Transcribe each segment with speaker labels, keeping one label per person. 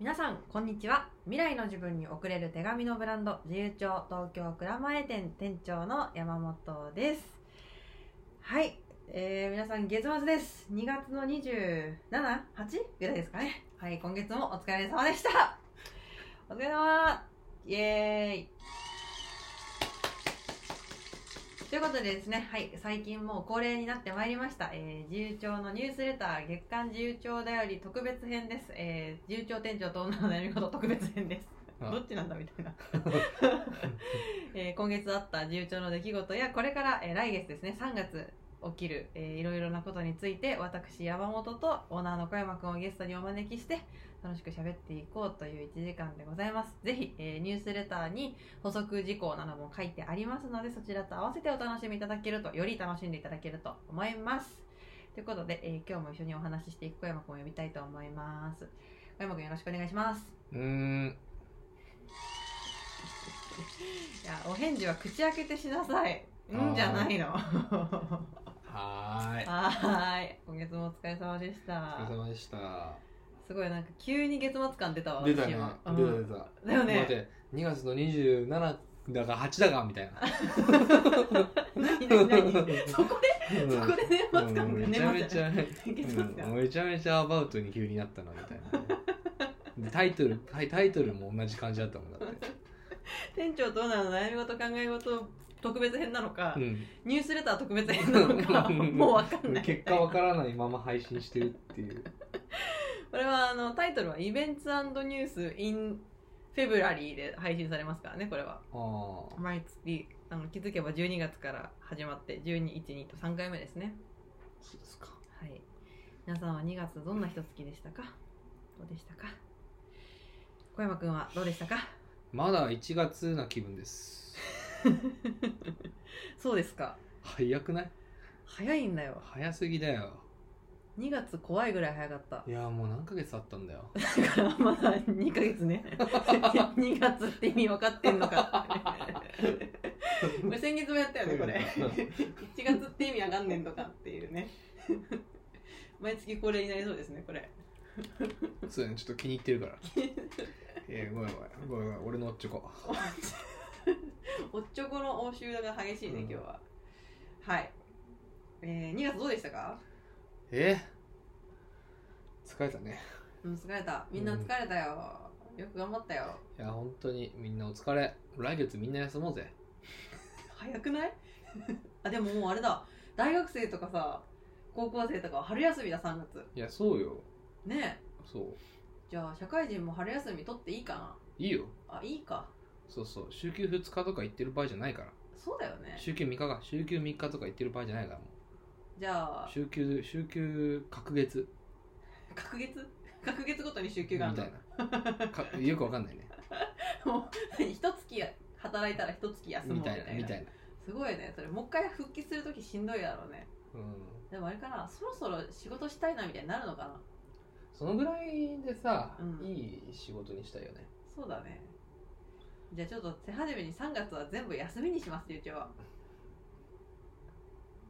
Speaker 1: 皆さんこんにちは未来の自分に送れる手紙のブランド自由帳東京蔵前店店長の山本ですはい、えー、皆さん月末です2月の278ぐらいですかねはい今月もお疲れ様でしたお疲れ様イエーイということでですね、はい、最近もう恒例になってまいりました、えー自由帳のニュースレター月刊自由帳だより特別編です、えー自由帳店長と女の悩み事特別編です
Speaker 2: あ
Speaker 1: どっちなんだみたいな、えー今月あった自由帳の出来事やこれから、えー来月ですね3月起きる、えーいろいろなことについて私山本とオーナーの小山くんをゲストにお招きして楽しく喋っていこうという1時間でございますぜひ、えーニュースレターに補足事項なども書いてありますのでそちらと合わせてお楽しみいただけるとより楽しんでいただけると思いますということで、えー今日も一緒にお話ししていく小山くんを呼びたいと思います小山くんよろしくお願いします
Speaker 2: うーん
Speaker 1: いやお返事は口開けてしなさいうんじゃないのは
Speaker 2: はーい
Speaker 1: ーい今月もお疲れ様でし
Speaker 2: お
Speaker 1: た
Speaker 2: 疲れ様でした
Speaker 1: すごいなんか急に月末感出たわ
Speaker 2: 出た
Speaker 1: 私
Speaker 2: ね
Speaker 1: 今
Speaker 2: 出た出た
Speaker 1: うんだよ
Speaker 2: 待っ
Speaker 1: ね
Speaker 2: て2月の27だか8だかみたいな
Speaker 1: 何 何 何 そこで
Speaker 2: うん
Speaker 1: そこで年末感が
Speaker 2: うん
Speaker 1: 年
Speaker 2: めち
Speaker 1: 末
Speaker 2: ゃ
Speaker 1: 感
Speaker 2: めちゃ、
Speaker 1: 月末感
Speaker 2: うんめちゃめちゃアバウトに急になったなみたい なでタイトルタイタイトルも同じ感じだったもんだって、
Speaker 1: 店長どうなの悩み事考え事特別編なのか、
Speaker 2: うん
Speaker 1: ニュースレター特別編なのか もう分かんない
Speaker 2: 結果わからないまま配信してるっていう
Speaker 1: これはあのタイトルは「イベンツニュース in フェブラリー」で配信されますからねこれは
Speaker 2: あー
Speaker 1: 毎月あの気づけば12月から始まって1212と3回目ですね
Speaker 2: そうですか
Speaker 1: はい皆さんは2月どんな一月でしたかどうでしたか小山くんはどうでしたか
Speaker 2: まだ1月な気分です
Speaker 1: そうですか
Speaker 2: 早くない
Speaker 1: 早いんだよ
Speaker 2: 早すぎだよ
Speaker 1: 2月怖いぐらい早かった
Speaker 2: いやもう何ヶ月あった んだよ
Speaker 1: だからまだ2ヶ月ね 2月って意味分かってんのか ってこれ先月もやったよねこれ1月って意味上がんねんのかっていうね毎月恒例になりそうですねこれ
Speaker 2: そうだねちょっと気に入って るからえー、ごめんごめんごめんごめん俺のおっちょこ
Speaker 1: おっちょこの応酬が激しいね今日は、はい、えー、2月どうでしたか
Speaker 2: えー、疲れたね
Speaker 1: うん疲れたみんな疲れたよ、よく頑張ったよ
Speaker 2: いや本当にみんなお疲れ来月みんな休もうぜ
Speaker 1: 早くない あでももうあれだ大学生とかさ高校生とかは春休みだ3月
Speaker 2: いやそうよ
Speaker 1: ねえ
Speaker 2: そう
Speaker 1: じゃあ社会人も春休み取っていいかない
Speaker 2: いよ
Speaker 1: あいいか
Speaker 2: そうそう週休2日とか行ってる場合じゃないから
Speaker 1: そうだよね
Speaker 2: 週休3日か週休3日とか行ってる場合じゃないからも
Speaker 1: じゃ
Speaker 2: う
Speaker 1: あ
Speaker 2: 週休週休隔月
Speaker 1: 隔月 隔月ごとに週
Speaker 2: み
Speaker 1: 休
Speaker 2: た
Speaker 1: があ
Speaker 2: い
Speaker 1: る
Speaker 2: なかよくわかんない ね
Speaker 1: もう一月働いたら一月休もう
Speaker 2: み
Speaker 1: みた
Speaker 2: たい
Speaker 1: い
Speaker 2: な
Speaker 1: な
Speaker 2: みたいな
Speaker 1: すごいねそれもう一回復帰する時しんどいだろうね
Speaker 2: うん
Speaker 1: でもあれかなそろそろ仕事したいなみたいになるのかな
Speaker 2: そのぐらいでさ、
Speaker 1: うん
Speaker 2: いい仕事にしたいよね
Speaker 1: そうだねじゃあちょっと手始めに3月は全部休みにしますって一応は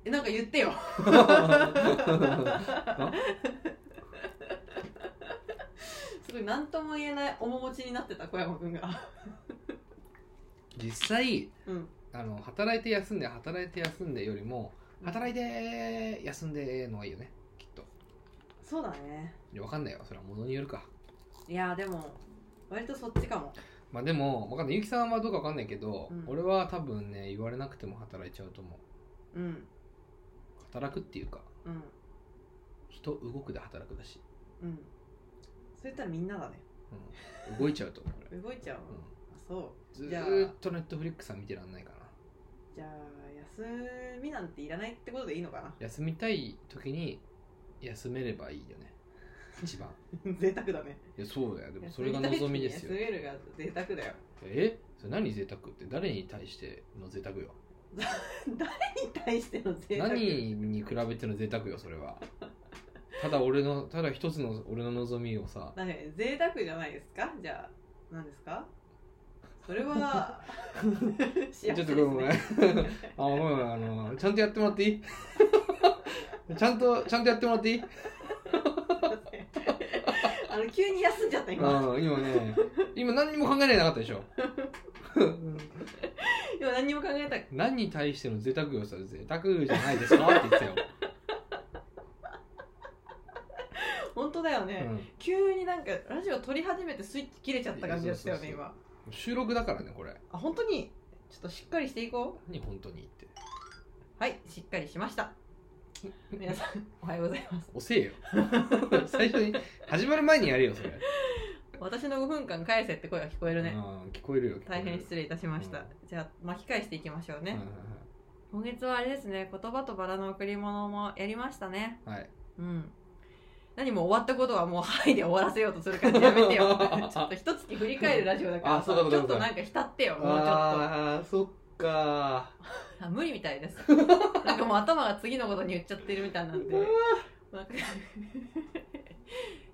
Speaker 1: えなんか言ってよすごい何とも言えない面持ちになってた小山くんが
Speaker 2: 実際
Speaker 1: うん
Speaker 2: あの働いて休んで働いて休んでよりも働
Speaker 1: い
Speaker 2: いて休んでのがいいよねきっと
Speaker 1: そうだね
Speaker 2: いやわかんないよそれはものによるか
Speaker 1: いやでも割とそっちかも
Speaker 2: まあでもわかんないゆきさんはどうかわかんないけど、
Speaker 1: うん
Speaker 2: 俺は多分ね言われなくても働いちゃうと思う
Speaker 1: うん
Speaker 2: 働くっていうか
Speaker 1: うん
Speaker 2: 人動くで働くだし、
Speaker 1: うんそういったらみんなだね
Speaker 2: うん、動いちゃうと思う俺、
Speaker 1: 動いちゃうもん、
Speaker 2: う、
Speaker 1: あそうん
Speaker 2: ず
Speaker 1: じゃあ
Speaker 2: ーっとネットフリックスは見てらんないかな
Speaker 1: じゃあ休みなんていらないってことでいいのかな
Speaker 2: 休みたい時に休めればいいよね 一番
Speaker 1: 贅沢だね
Speaker 2: いやそうだよでもそれが望みですよ
Speaker 1: 休みたい日に休めるが贅沢だよ
Speaker 2: えそれ何贅沢って誰に対しての贅沢よ
Speaker 1: 誰に対しての贅沢
Speaker 2: 何に比べての贅沢よそれ はただ俺のただ一つの俺の望みをさ
Speaker 1: だね贅沢じゃないですかじゃあ何ですかそれは幸せ
Speaker 2: ちょっ
Speaker 1: で
Speaker 2: と
Speaker 1: す
Speaker 2: ごめん あ
Speaker 1: ね
Speaker 2: ごめんあのちゃんとやってもらっていい ちゃんとちゃんとやってもらっていい
Speaker 1: あのの急に休んじゃった今
Speaker 2: うん今ね今何にも考えられなかったでしょ
Speaker 1: 今何にも考えた
Speaker 2: 何に対しての贅沢よさ贅沢じゃないですかって言ってたよ、
Speaker 1: 本当だよ
Speaker 2: う
Speaker 1: ね、
Speaker 2: ん
Speaker 1: 急になんかラジオ撮り始めてスイッチ切れちゃった感じだったよね
Speaker 2: いやそうそうそう
Speaker 1: 今
Speaker 2: 収録だからねこれ
Speaker 1: あ本当にちょっとしっかりしていこ
Speaker 2: 何本当に言って
Speaker 1: うはいしっかりしました皆さんおはようございます
Speaker 2: 遅えよ最初に始まる前にやれよそれ、
Speaker 1: 私の5分間返せって声が聞こえるね
Speaker 2: うん聞こえるよ聞こえ
Speaker 1: 大
Speaker 2: る
Speaker 1: 変失礼いたしました、
Speaker 2: うん
Speaker 1: じゃあ巻き返していきましょうね、
Speaker 2: うん
Speaker 1: 今月はあれですね言葉とバラの贈り物もやりましたね
Speaker 2: うんうんはい
Speaker 1: うん何も終わったことはもう「はい」で終わらせようとする感じやめて よちょっと一月振り返るラジオだから
Speaker 2: あそうだ
Speaker 1: さ
Speaker 2: そう
Speaker 1: ち
Speaker 2: だ
Speaker 1: ょっとなんか浸ってよもうちょっと
Speaker 2: あーそっか
Speaker 1: あ無理みたいですなんかもう頭が次のことに言っちゃってるみたいなんでなんか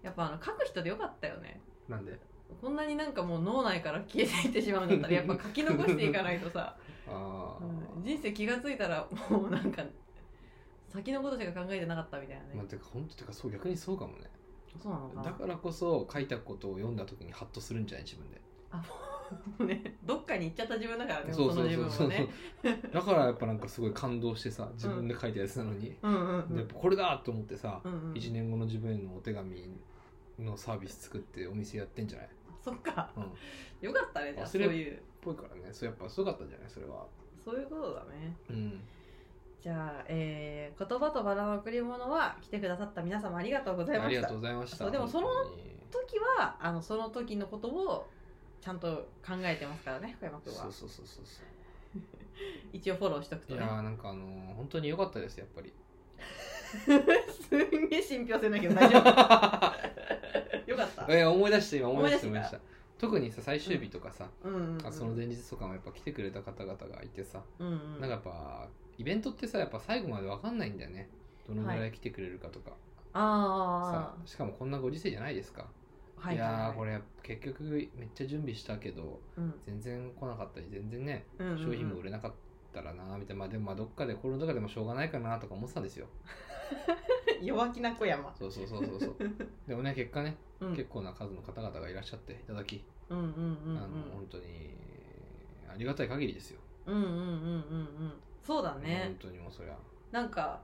Speaker 1: やっぱあの書く人でよかったよね
Speaker 2: なんで
Speaker 1: こんなになんかもう脳内から消えていってしまうんだったらやっぱ書き残していかないとさ、
Speaker 2: ああ、
Speaker 1: うん人生気がついたらもうなんか先のことしか考えてなかったみたいなね、
Speaker 2: まあ、てか本当てかそう逆にそうかもね
Speaker 1: そうなのかな
Speaker 2: だからこそ書いたことを読んだ時にハッとするんじゃない自分で
Speaker 1: ね、どっかに行っちゃった自分だからね、
Speaker 2: そう
Speaker 1: そ
Speaker 2: そ
Speaker 1: の
Speaker 2: う
Speaker 1: 自
Speaker 2: そう
Speaker 1: 分
Speaker 2: そう
Speaker 1: もね。
Speaker 2: だからやっぱなんかすごい感動してさ自分で書いたやつなのに、
Speaker 1: うんうんう
Speaker 2: でやっ
Speaker 1: ん
Speaker 2: ぱこれだと思ってさ、
Speaker 1: うんうん。
Speaker 2: 1年後の自分へのお手紙のサービス作ってお店やってんじゃない、
Speaker 1: そっか、
Speaker 2: うん、っ
Speaker 1: よかったね、じゃあ
Speaker 2: 忘
Speaker 1: そう
Speaker 2: れ
Speaker 1: いう、
Speaker 2: ぽいからねそうやっぱそうだったんじゃないそれは
Speaker 1: そういうことだね。
Speaker 2: うん
Speaker 1: じゃあ、えー、言葉とバラの贈り物は来てくださった皆様ありがとうござい
Speaker 2: あ
Speaker 1: ま
Speaker 2: り
Speaker 1: し
Speaker 2: が
Speaker 1: た。
Speaker 2: とうございまし
Speaker 1: そ
Speaker 2: た
Speaker 1: うでもその
Speaker 2: 本当に
Speaker 1: 時はあのその時のことをちゃんと考えてますからね、小山君は
Speaker 2: そう。そうそうそうそう
Speaker 1: 一応フォローしとくと
Speaker 2: い
Speaker 1: ね
Speaker 2: や。ーなんかあのー本当に良かったですやっ ぱり
Speaker 1: すんげえ信憑性ないけど大丈夫。よかった。
Speaker 2: えー思い出して今思い出して
Speaker 1: 思
Speaker 2: 思
Speaker 1: い出
Speaker 2: い出
Speaker 1: し
Speaker 2: したた特にさ最終日とかさ、
Speaker 1: うんうん、うん。
Speaker 2: あその前日とかもやっぱ来てくれた方々がいてさ、
Speaker 1: うんうん。
Speaker 2: なんかやっぱイベントってさやっぱ最後まで分かんないんだよねどのぐ
Speaker 1: は
Speaker 2: ら
Speaker 1: い
Speaker 2: い来てくれるかとか、
Speaker 1: あ
Speaker 2: さしかもこんなご時世じゃないですか、
Speaker 1: あ、はいいはいはい。
Speaker 2: やーこれやっぱ結局めっちゃ準備したけど
Speaker 1: うん
Speaker 2: 全然来なかったり全然ね
Speaker 1: うんうんうん
Speaker 2: 商品も売れなかったらなーみたいな、まあでもまあどっかで心の中でもしょうがないかなとか思ってたんですよ
Speaker 1: 弱気な小山。
Speaker 2: そうそうそう そうそうでもね結果ね、
Speaker 1: うん
Speaker 2: 結構な数の方々がいらっしゃっていただき、
Speaker 1: うんうんうんうん
Speaker 2: あの本当にありがたい限りですよ、
Speaker 1: うんうんうんうんうんそうだね
Speaker 2: 本、当にもうそりゃ
Speaker 1: なんか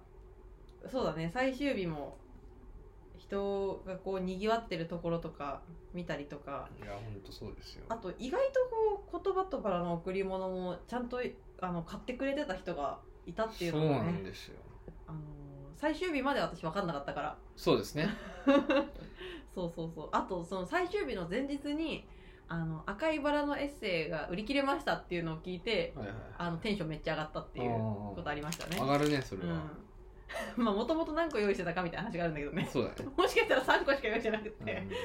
Speaker 1: そうだね最終日も人がこうにぎわってるところとか見たりとか
Speaker 2: いや本当そうですよ
Speaker 1: あと意外とこう言葉とバラの贈り物もちゃんとあの買ってくれてた人がいたっていう
Speaker 2: そう
Speaker 1: のが
Speaker 2: なん
Speaker 1: ね
Speaker 2: ですよ
Speaker 1: あの最終日まで私分かんなかったから
Speaker 2: そうですね
Speaker 1: そうそうそうあとその最終日の前日にあの赤いバラのエッセイが売り切れましたっていうのを聞いて
Speaker 2: はいはいはい
Speaker 1: あのテンションめっちゃ上がったっていうことありましたね
Speaker 2: 上がるねそれは、
Speaker 1: うん、 まあもともと何個用意してたかみたいな話があるんだけどね
Speaker 2: そうだね
Speaker 1: もしかしたら3個しか用意してなく て、
Speaker 2: う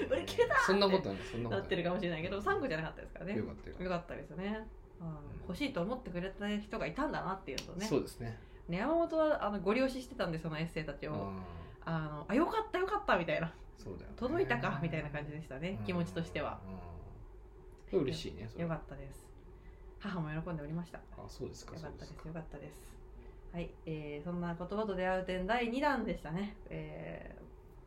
Speaker 2: ん
Speaker 1: 売り切れた
Speaker 2: そんなことはないそんなこ
Speaker 1: な
Speaker 2: と
Speaker 1: ってるかもしれないけど3個じゃなかったですからね
Speaker 2: よ
Speaker 1: よ
Speaker 2: かったよかっ
Speaker 1: かったですね、うん欲しいと思ってくれた人がいたんだなっていうのと
Speaker 2: た、
Speaker 1: ね
Speaker 2: そうですね
Speaker 1: ね山本はあのご利用ししてたんでそのエッセイたちを、
Speaker 2: うん
Speaker 1: あのあよかったよかったみたいな
Speaker 2: そうだよね
Speaker 1: 届いたかみたいな感じでしたね、気持ちとしては、
Speaker 2: うんうん嬉しいねそれ
Speaker 1: よかったです母も喜んでおりました
Speaker 2: あそうですか
Speaker 1: よ
Speaker 2: そ
Speaker 1: かっ
Speaker 2: うで
Speaker 1: たですす
Speaker 2: か
Speaker 1: よかったですはい、えー、そんな言葉と出会う点第2弾でしたね、え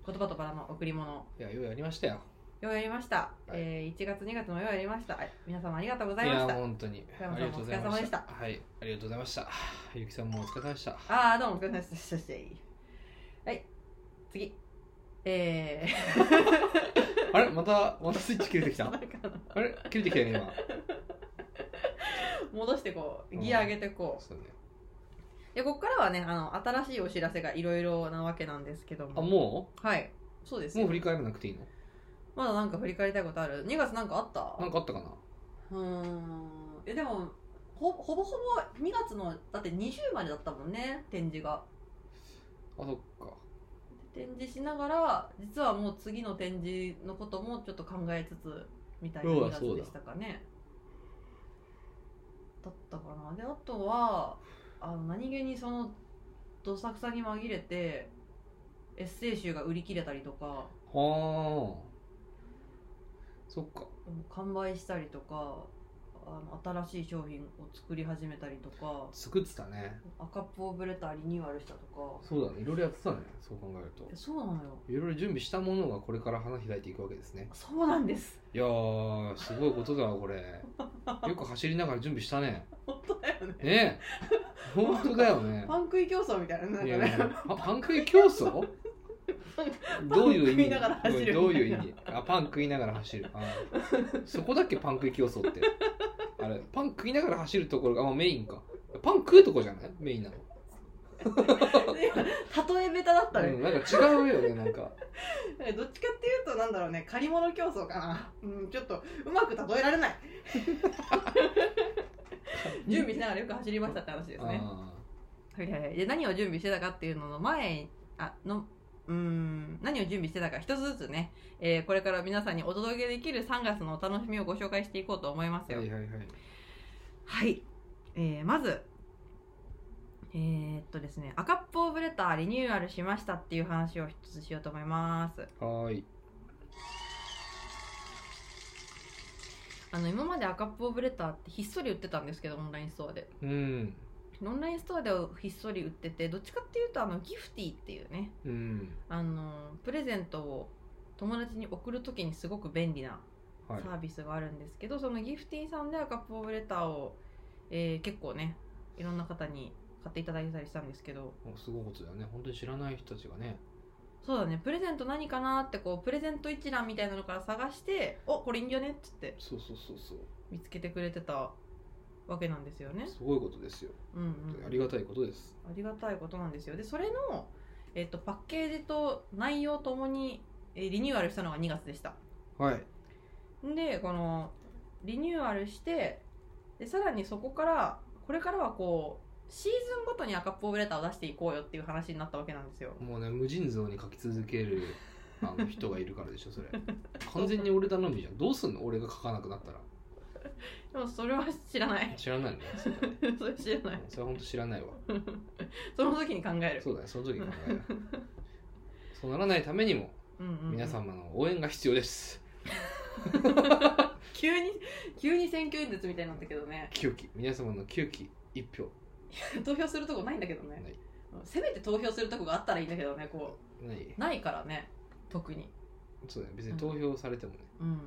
Speaker 1: ー、言葉とバラの贈り物
Speaker 2: いやようやりましたよ
Speaker 1: ようやりました、
Speaker 2: い
Speaker 1: えー、1月2月もようやりましたはい皆様ありがとうござい
Speaker 2: い
Speaker 1: ま
Speaker 2: や
Speaker 1: した
Speaker 2: 本当に
Speaker 1: 小山
Speaker 2: あ
Speaker 1: さん
Speaker 2: りがとうございま
Speaker 1: お疲れ様で
Speaker 2: し
Speaker 1: した
Speaker 2: たはいありがとうございましたゆきさんもお疲れ様で した
Speaker 1: ああどうもお疲れ様でしたそしてはい次え
Speaker 2: あれまたまたスイッチ切れてき
Speaker 1: ー、
Speaker 2: た
Speaker 1: なんかあの
Speaker 2: あれ切れてきたよね今
Speaker 1: 戻してこうギア上げてこう、
Speaker 2: そうね
Speaker 1: でここからはねあの新しいお知らせがいろいろなわけなんですけども
Speaker 2: あも
Speaker 1: はいそうです
Speaker 2: う
Speaker 1: よ
Speaker 2: もう振り返らなくていいの
Speaker 1: まだなんか振り返りたいことある2月なんかあった
Speaker 2: なんかあったかな
Speaker 1: うーんえでもほほぼほぼ2月のだって20までだったもんね展示が
Speaker 2: あそっか
Speaker 1: 展示しながら実はもう次の展示のこともちょっと考えつつみたいな
Speaker 2: そう
Speaker 1: 2
Speaker 2: だそ
Speaker 1: 月
Speaker 2: うだ
Speaker 1: でしたかねだったかなであとはあの何気にそのどさくさに紛れてエッセイ集が売り切れたりとか
Speaker 2: はあそっか
Speaker 1: 完売したりとかあの新しい商品を作り始めたりとか
Speaker 2: 作ってたね
Speaker 1: 赤っぽブレターリニューアルしたとか
Speaker 2: そうだねいろいろやってたねそう考えると
Speaker 1: いやそうなのよ
Speaker 2: いろいろ準備したものがこれから花開いていくわけですね
Speaker 1: そうなんです
Speaker 2: いやーすごいことだわこれよく走りながら準備した ね
Speaker 1: 本当だよね
Speaker 2: ねえ本当だよね
Speaker 1: パン食い競争みたいななんか
Speaker 2: い
Speaker 1: ね
Speaker 2: やいやパパン食い競 争どういう意
Speaker 1: パン食いなが
Speaker 2: 味
Speaker 1: ら走るみたいな
Speaker 2: どういう意味あパン食いながら走るあそこだっけパン食い競争ってあれパン食いながら走るところが、まあ、メインかパン食うとこじゃないメインなの、
Speaker 1: 今例えベタだった
Speaker 2: う
Speaker 1: ね
Speaker 2: ん、、なんか違うよねなんか
Speaker 1: えどっちかっていうとなんだろうね借り物競争かなうんちょっとうまく例えられない 準備しながらよく走りましたって話ですね
Speaker 2: あ
Speaker 1: はいはいはいで何を準備してたかっていうのの前あのうーん何を準備してたか一つずつね、えーこれから皆さんにお届けできる3月のお楽しみをご紹介していこうと思います
Speaker 2: ー
Speaker 1: よ
Speaker 2: はいはいはい
Speaker 1: はい、えーまずえーっとですね赤っぽブレターリニューアルしましたっていう話を一つしようと思います
Speaker 2: はーい
Speaker 1: あの今まで赤っぽブレターってひっそり売ってたんですけどオンラインストアで
Speaker 2: うん
Speaker 1: オンラインストアでひっそり売っててどっちかっていうとあのギフティっていうね
Speaker 2: うん
Speaker 1: あのプレゼントを友達に送るときにすごく便利なサ
Speaker 2: はい
Speaker 1: ービスがあるんですけど、そのギフティさんで赤っぽブレターを、えー結構ねいろんな方に買っていただいたりしたんですけど
Speaker 2: もうすごいことだよね本当に知らない人たちがね
Speaker 1: そうだねプレゼント何かなってこうプレゼント一覧みたいなのから探しておこれいいんじゃねっつって
Speaker 2: そうそうそうそう
Speaker 1: 見つけてくれてたわけなんですよね。
Speaker 2: すごいことですよ、
Speaker 1: うんうん、
Speaker 2: ありがたいことです
Speaker 1: ありがたいことなんですよでそれの、えっとパッケージと内容ともに、えーリニューアルしたのが2月でした
Speaker 2: はい
Speaker 1: でこのリニューアルしてでさらにそこからこれからはこうシーズンごとに赤っぽブレターを出していこうよっていう話になったわけなんですよ
Speaker 2: もうね無尽蔵に書き続 けるあの人がいるからでしょそれ完全に俺頼みじゃんどうすんの俺が書かなくなったら
Speaker 1: でもそれは知らない
Speaker 2: 知らないのねそれ
Speaker 1: それ知らない
Speaker 2: それは本当知らないわ
Speaker 1: その時に考える
Speaker 2: そうだねその時考 えようそうならないためにも
Speaker 1: うんうんうん
Speaker 2: 皆様の応援が必要です
Speaker 1: 急に急に選挙演説みたいになったけどね
Speaker 2: 9期皆様の9期1票
Speaker 1: 投票するとこないんだけど
Speaker 2: な
Speaker 1: ね
Speaker 2: い
Speaker 1: せめて投票するとこがあったらいいんだけどねこ
Speaker 2: ない。
Speaker 1: うないからね特に
Speaker 2: そうだね別に投票されてもね、
Speaker 1: うん、
Speaker 2: は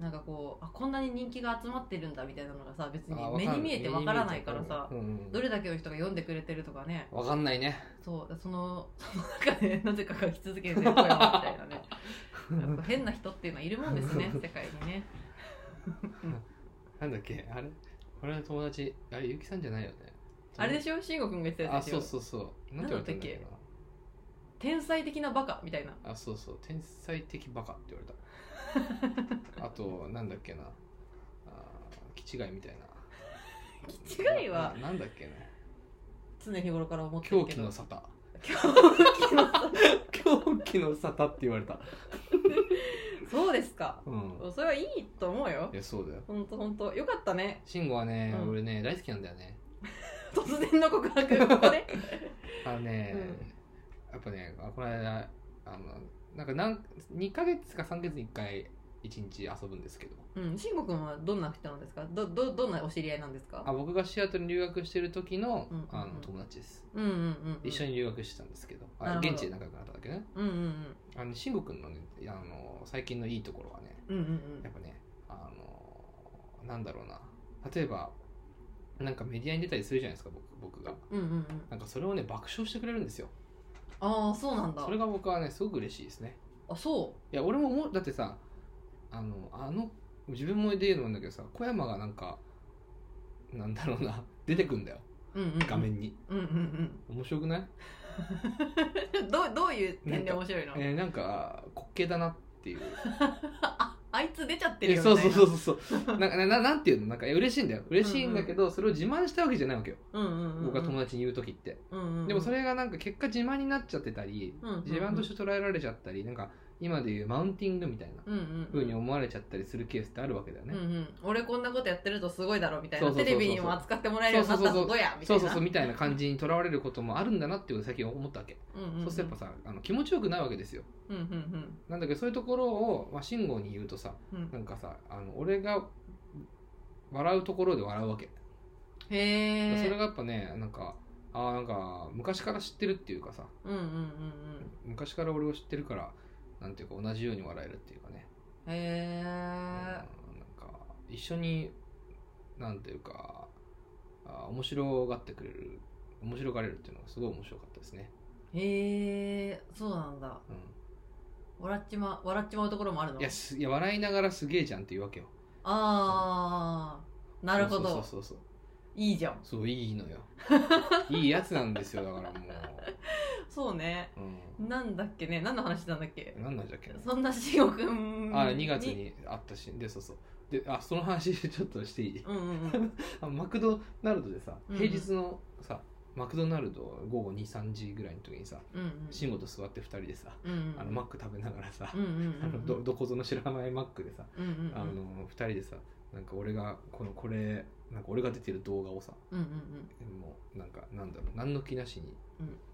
Speaker 1: なんかこうあこんなに人気が集まってるんだみたいなのがさ別に
Speaker 2: あーわ
Speaker 1: 目
Speaker 2: か
Speaker 1: に
Speaker 2: る
Speaker 1: 見えてわからないからさ
Speaker 2: 目に見えてわかるうんうん
Speaker 1: どれだけの人が読んでくれてるとかね
Speaker 2: わかんないね
Speaker 1: そうその その中でなぜか書き続けてる 声はみたいなねやっぱ変な人っていうのはいるもん ですね世界にね
Speaker 2: なんだっけあれ俺の友達あれゆきさんじゃないよね
Speaker 1: あれで
Speaker 2: し
Speaker 1: しょ慎吾君が言ってたや
Speaker 2: あ
Speaker 1: つでし
Speaker 2: そ
Speaker 1: ょ
Speaker 2: うそうそうなんて言われたんだっけな
Speaker 1: 天才的なバカみたいな
Speaker 2: あそうそう天才的バカって言わ れたあとなんだっけなあー気違いみたいな
Speaker 1: 違いは
Speaker 2: ななんだっけな
Speaker 1: 常日頃から思ってる
Speaker 2: 狂
Speaker 1: け
Speaker 2: 気
Speaker 1: ど
Speaker 2: の 沙汰
Speaker 1: 狂気のさ
Speaker 2: 狂気の沙汰って言われた
Speaker 1: そうですか
Speaker 2: うん
Speaker 1: それはいいと思うよ
Speaker 2: いやそうだよ
Speaker 1: ほんとほんとよかったね
Speaker 2: 慎吾はね、
Speaker 1: うん
Speaker 2: 俺ね大好きなんだよね
Speaker 1: 突然の告白ここで
Speaker 2: あのね、やっぱねあこの間あのなんかなん2ヶ月か3ヶ月に1回1日遊ぶんですけど
Speaker 1: うん、慎吾君はどんな人なんですかどどどんなお知り合いなんです
Speaker 2: あ
Speaker 1: か
Speaker 2: 僕がシアトルに留学してる時の,、
Speaker 1: うんうんうん
Speaker 2: あの友達です
Speaker 1: うんうんうん
Speaker 2: 一緒
Speaker 1: に
Speaker 2: に留学してたんですけど、
Speaker 1: なる
Speaker 2: あ
Speaker 1: ほど
Speaker 2: 現地で仲良くなっただけね
Speaker 1: うんうん
Speaker 2: あの慎吾君のねあの最近のいいところはね
Speaker 1: うんうん
Speaker 2: やっぱねあのなんだろうな例えばなんかメディアに出たりするじゃないですか僕僕が
Speaker 1: うんうんうんうん
Speaker 2: なんかそれをね爆笑してくれるんですよ
Speaker 1: ああそうなんだ
Speaker 2: それが僕はねすごく嬉しいですね
Speaker 1: あそ
Speaker 2: いや俺ももうだってさあのあの自分もで言うのもなんだけどさ小山がなんかなんだろうな出てくんだよ
Speaker 1: う、うんうんうん、
Speaker 2: 画面に、
Speaker 1: うんうん
Speaker 2: 面白くない
Speaker 1: うん どうどういう点で面白いの、
Speaker 2: えーなんか滑稽だなっていう
Speaker 1: ああいつ出ちゃって
Speaker 2: い
Speaker 1: る
Speaker 2: や
Speaker 1: よ
Speaker 2: そう
Speaker 1: み
Speaker 2: そ
Speaker 1: たいうな
Speaker 2: そうそう そうなんかなななんていうのなんかいや嬉しいんだよ嬉しいんだけど、それを自慢したわけじゃないわけよ、
Speaker 1: うんうんうん
Speaker 2: 僕が友達に言う時って、
Speaker 1: うんうんうん
Speaker 2: でもそれがなんか結果自慢になっちゃってたり、
Speaker 1: うんうんうん
Speaker 2: 自慢として捉えられちゃったりなんか今でいうマウンティングみたいな
Speaker 1: うんうん
Speaker 2: 風に思われちゃったりするケースってあるわけだよね、
Speaker 1: うんうん、俺こんなことやってるとすごいだろみたいな
Speaker 2: そうそうそう
Speaker 1: テ
Speaker 2: そう
Speaker 1: レビにも扱ってもらえるようになったことやみた
Speaker 2: そ
Speaker 1: いうな
Speaker 2: そうそうみたいな感じにとらわれることもあるんだなっていうことを最近思ったわけ、
Speaker 1: うんうんうん
Speaker 2: そうするとやっぱさあの気持ちよくないわけですよ
Speaker 1: うんうん
Speaker 2: なんだけどそういうところを、まあ、慎吾に言うとさ
Speaker 1: うんうん
Speaker 2: なんかさあの俺が笑うところで笑うわけ、
Speaker 1: へえ
Speaker 2: それがやっぱねなんかああんか昔から知ってるっていうかさ
Speaker 1: うんうんうんうん
Speaker 2: 昔から俺を知ってるからなんていうか同じように笑えるっていうかね、
Speaker 1: へ
Speaker 2: うん
Speaker 1: え
Speaker 2: なんか一緒になんていうかあー面白がってくれる面白がれるっていうのがすごい面白かったですね、
Speaker 1: へえそうなんだ笑っちま笑っちまうところもある
Speaker 2: う
Speaker 1: の
Speaker 2: ん、いやすいや笑いながらすげえじゃんっていうわけよ
Speaker 1: ああなるほど
Speaker 2: そうそうそうそう
Speaker 1: いいじゃん
Speaker 2: そういいの よいいやつなんですよだからも
Speaker 1: そうね
Speaker 2: う、
Speaker 1: なんだっけね何の話してたんだっけ
Speaker 2: うん、何なんじゃっけな
Speaker 1: そんなしごくん
Speaker 2: あ2月にあったしでそうそうであその話 ちょっとしていい
Speaker 1: うんうんうん
Speaker 2: あマクドナルドでさ
Speaker 1: うんうん
Speaker 2: 平日のさ、マクドナルド午後23時ぐらいの時にさ
Speaker 1: うん
Speaker 2: 慎吾と座って2人でさ、
Speaker 1: うんうん
Speaker 2: あのマック食べながらさ、
Speaker 1: うんうんうん
Speaker 2: あのどどこぞの知らないマックでさ、
Speaker 1: うんうんうん
Speaker 2: あの2人でさなんか俺がこのこれなんか俺が出てる動画をさ
Speaker 1: うんうん
Speaker 2: もうなんかなんだろう何の気なしに、
Speaker 1: うん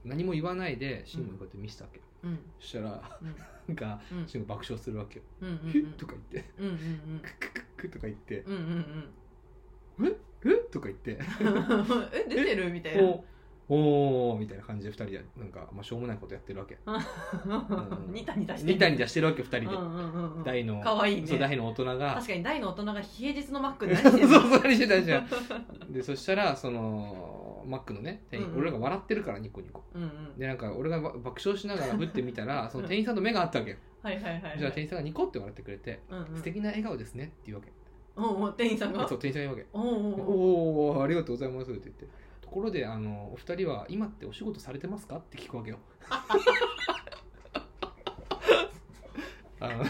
Speaker 2: 何も言わないで慎吾にこうやって見せたわけ、
Speaker 1: うんうん
Speaker 2: そしたらなんか
Speaker 1: うん
Speaker 2: 慎吾爆笑するわけよ
Speaker 1: うんうん
Speaker 2: 「
Speaker 1: うん
Speaker 2: ヒュッ」とか言って
Speaker 1: うんうんうん
Speaker 2: 「クククク」とか言って
Speaker 1: うんうん
Speaker 2: 「ええとか言って
Speaker 1: うんえ出てるみたいな
Speaker 2: おおーみたいな感じで2人でなんか、まあ、しょうもないことやってるわけうん
Speaker 1: ニタニタして
Speaker 2: ニタニタしてるわけ2人
Speaker 1: うんう
Speaker 2: で、
Speaker 1: んうんうん
Speaker 2: 大の
Speaker 1: かわいいね
Speaker 2: そう大の大人が
Speaker 1: 確かに大の大人が平日のマックで何
Speaker 2: そ
Speaker 1: し
Speaker 2: う
Speaker 1: てん
Speaker 2: そ
Speaker 1: の
Speaker 2: う何してたじ ゃんでそしたらそのマックのね店員、
Speaker 1: うんうん
Speaker 2: 俺らが笑ってるからニコニコ
Speaker 1: うんうん
Speaker 2: でなんか俺がば爆笑しながらぶってみたらその店員さんと目が合ったわけよ
Speaker 1: はいはいはいはい
Speaker 2: じゃあ店員さんがニコって笑ってくれて
Speaker 1: うんう
Speaker 2: 「
Speaker 1: ん
Speaker 2: 素敵な笑顔ですね」って言うわけ
Speaker 1: おうおう店員さんが
Speaker 2: そう店員さんが言う
Speaker 1: お
Speaker 2: わ
Speaker 1: うお
Speaker 2: け「
Speaker 1: うおう
Speaker 2: おおありがとうございます」って言ってところであのお二人は今ってお仕事されてますかって聞くわけよ あの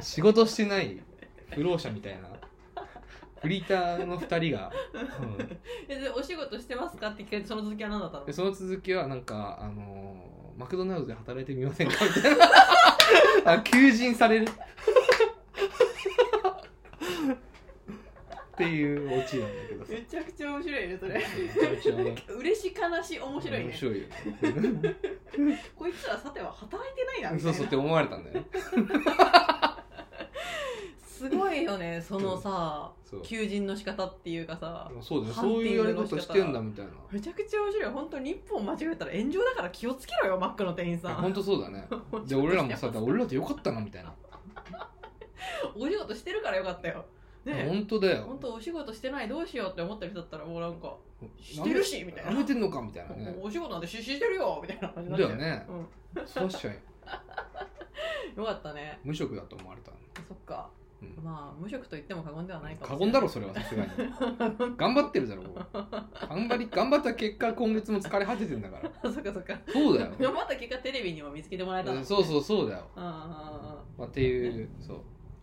Speaker 2: 仕事してない不老者みたいなフリーターの二人が、うん、
Speaker 1: えでお仕事してますかって聞かれてその続きは何だったの
Speaker 2: でその続きはなんか、あのーマクドナルドで働いてみませんかみたいな あ求人されるっていうオチなんだけどさ
Speaker 1: めちゃくちゃ面白いねそれ
Speaker 2: めちゃめちゃね
Speaker 1: 嬉し悲しい面白い
Speaker 2: 面
Speaker 1: ね
Speaker 2: 白いよね
Speaker 1: こいつらさては働いてないなみたい
Speaker 2: そう
Speaker 1: な
Speaker 2: そうって思われたんだよね
Speaker 1: すごいよねそのさ
Speaker 2: そう
Speaker 1: 求人の仕方っていうかさ
Speaker 2: そうだよね
Speaker 1: 判定
Speaker 2: そういうやり
Speaker 1: の仕
Speaker 2: 方
Speaker 1: 方
Speaker 2: してんだみたいな
Speaker 1: めちゃくちゃ面白い本当に一本間違えたら炎上だから気をつけろよマックの店員
Speaker 2: い
Speaker 1: さ
Speaker 2: や
Speaker 1: ん
Speaker 2: ほんとそうだねで俺らもさだから俺らでよかったなみたいな
Speaker 1: お仕事してるからよかったよ
Speaker 2: ほ
Speaker 1: ね
Speaker 2: んとだ
Speaker 1: え
Speaker 2: よ
Speaker 1: 本当お仕事してないどうしようって思ってる人だったらもうなんかしてるしみたいな
Speaker 2: やめてんのかみたいなね
Speaker 1: お仕事なんてししてるよみたいな感じになっ
Speaker 2: だ
Speaker 1: て
Speaker 2: よね
Speaker 1: うん
Speaker 2: そうしちゃえ
Speaker 1: よかったね
Speaker 2: 無職だと思われた
Speaker 1: そっか
Speaker 2: うん
Speaker 1: まあ無職と言っても過言ではないかも
Speaker 2: 過言だろそれはさすがに頑張ってるだろ頑張り頑張った結果今月も疲れ果ててんだから
Speaker 1: そっかそっか
Speaker 2: そうだよ
Speaker 1: でもまた結果テレビにも見つけてもらえたの
Speaker 2: そうそうそうだよ、
Speaker 1: うんうんうんうん
Speaker 2: まあ、っていうそう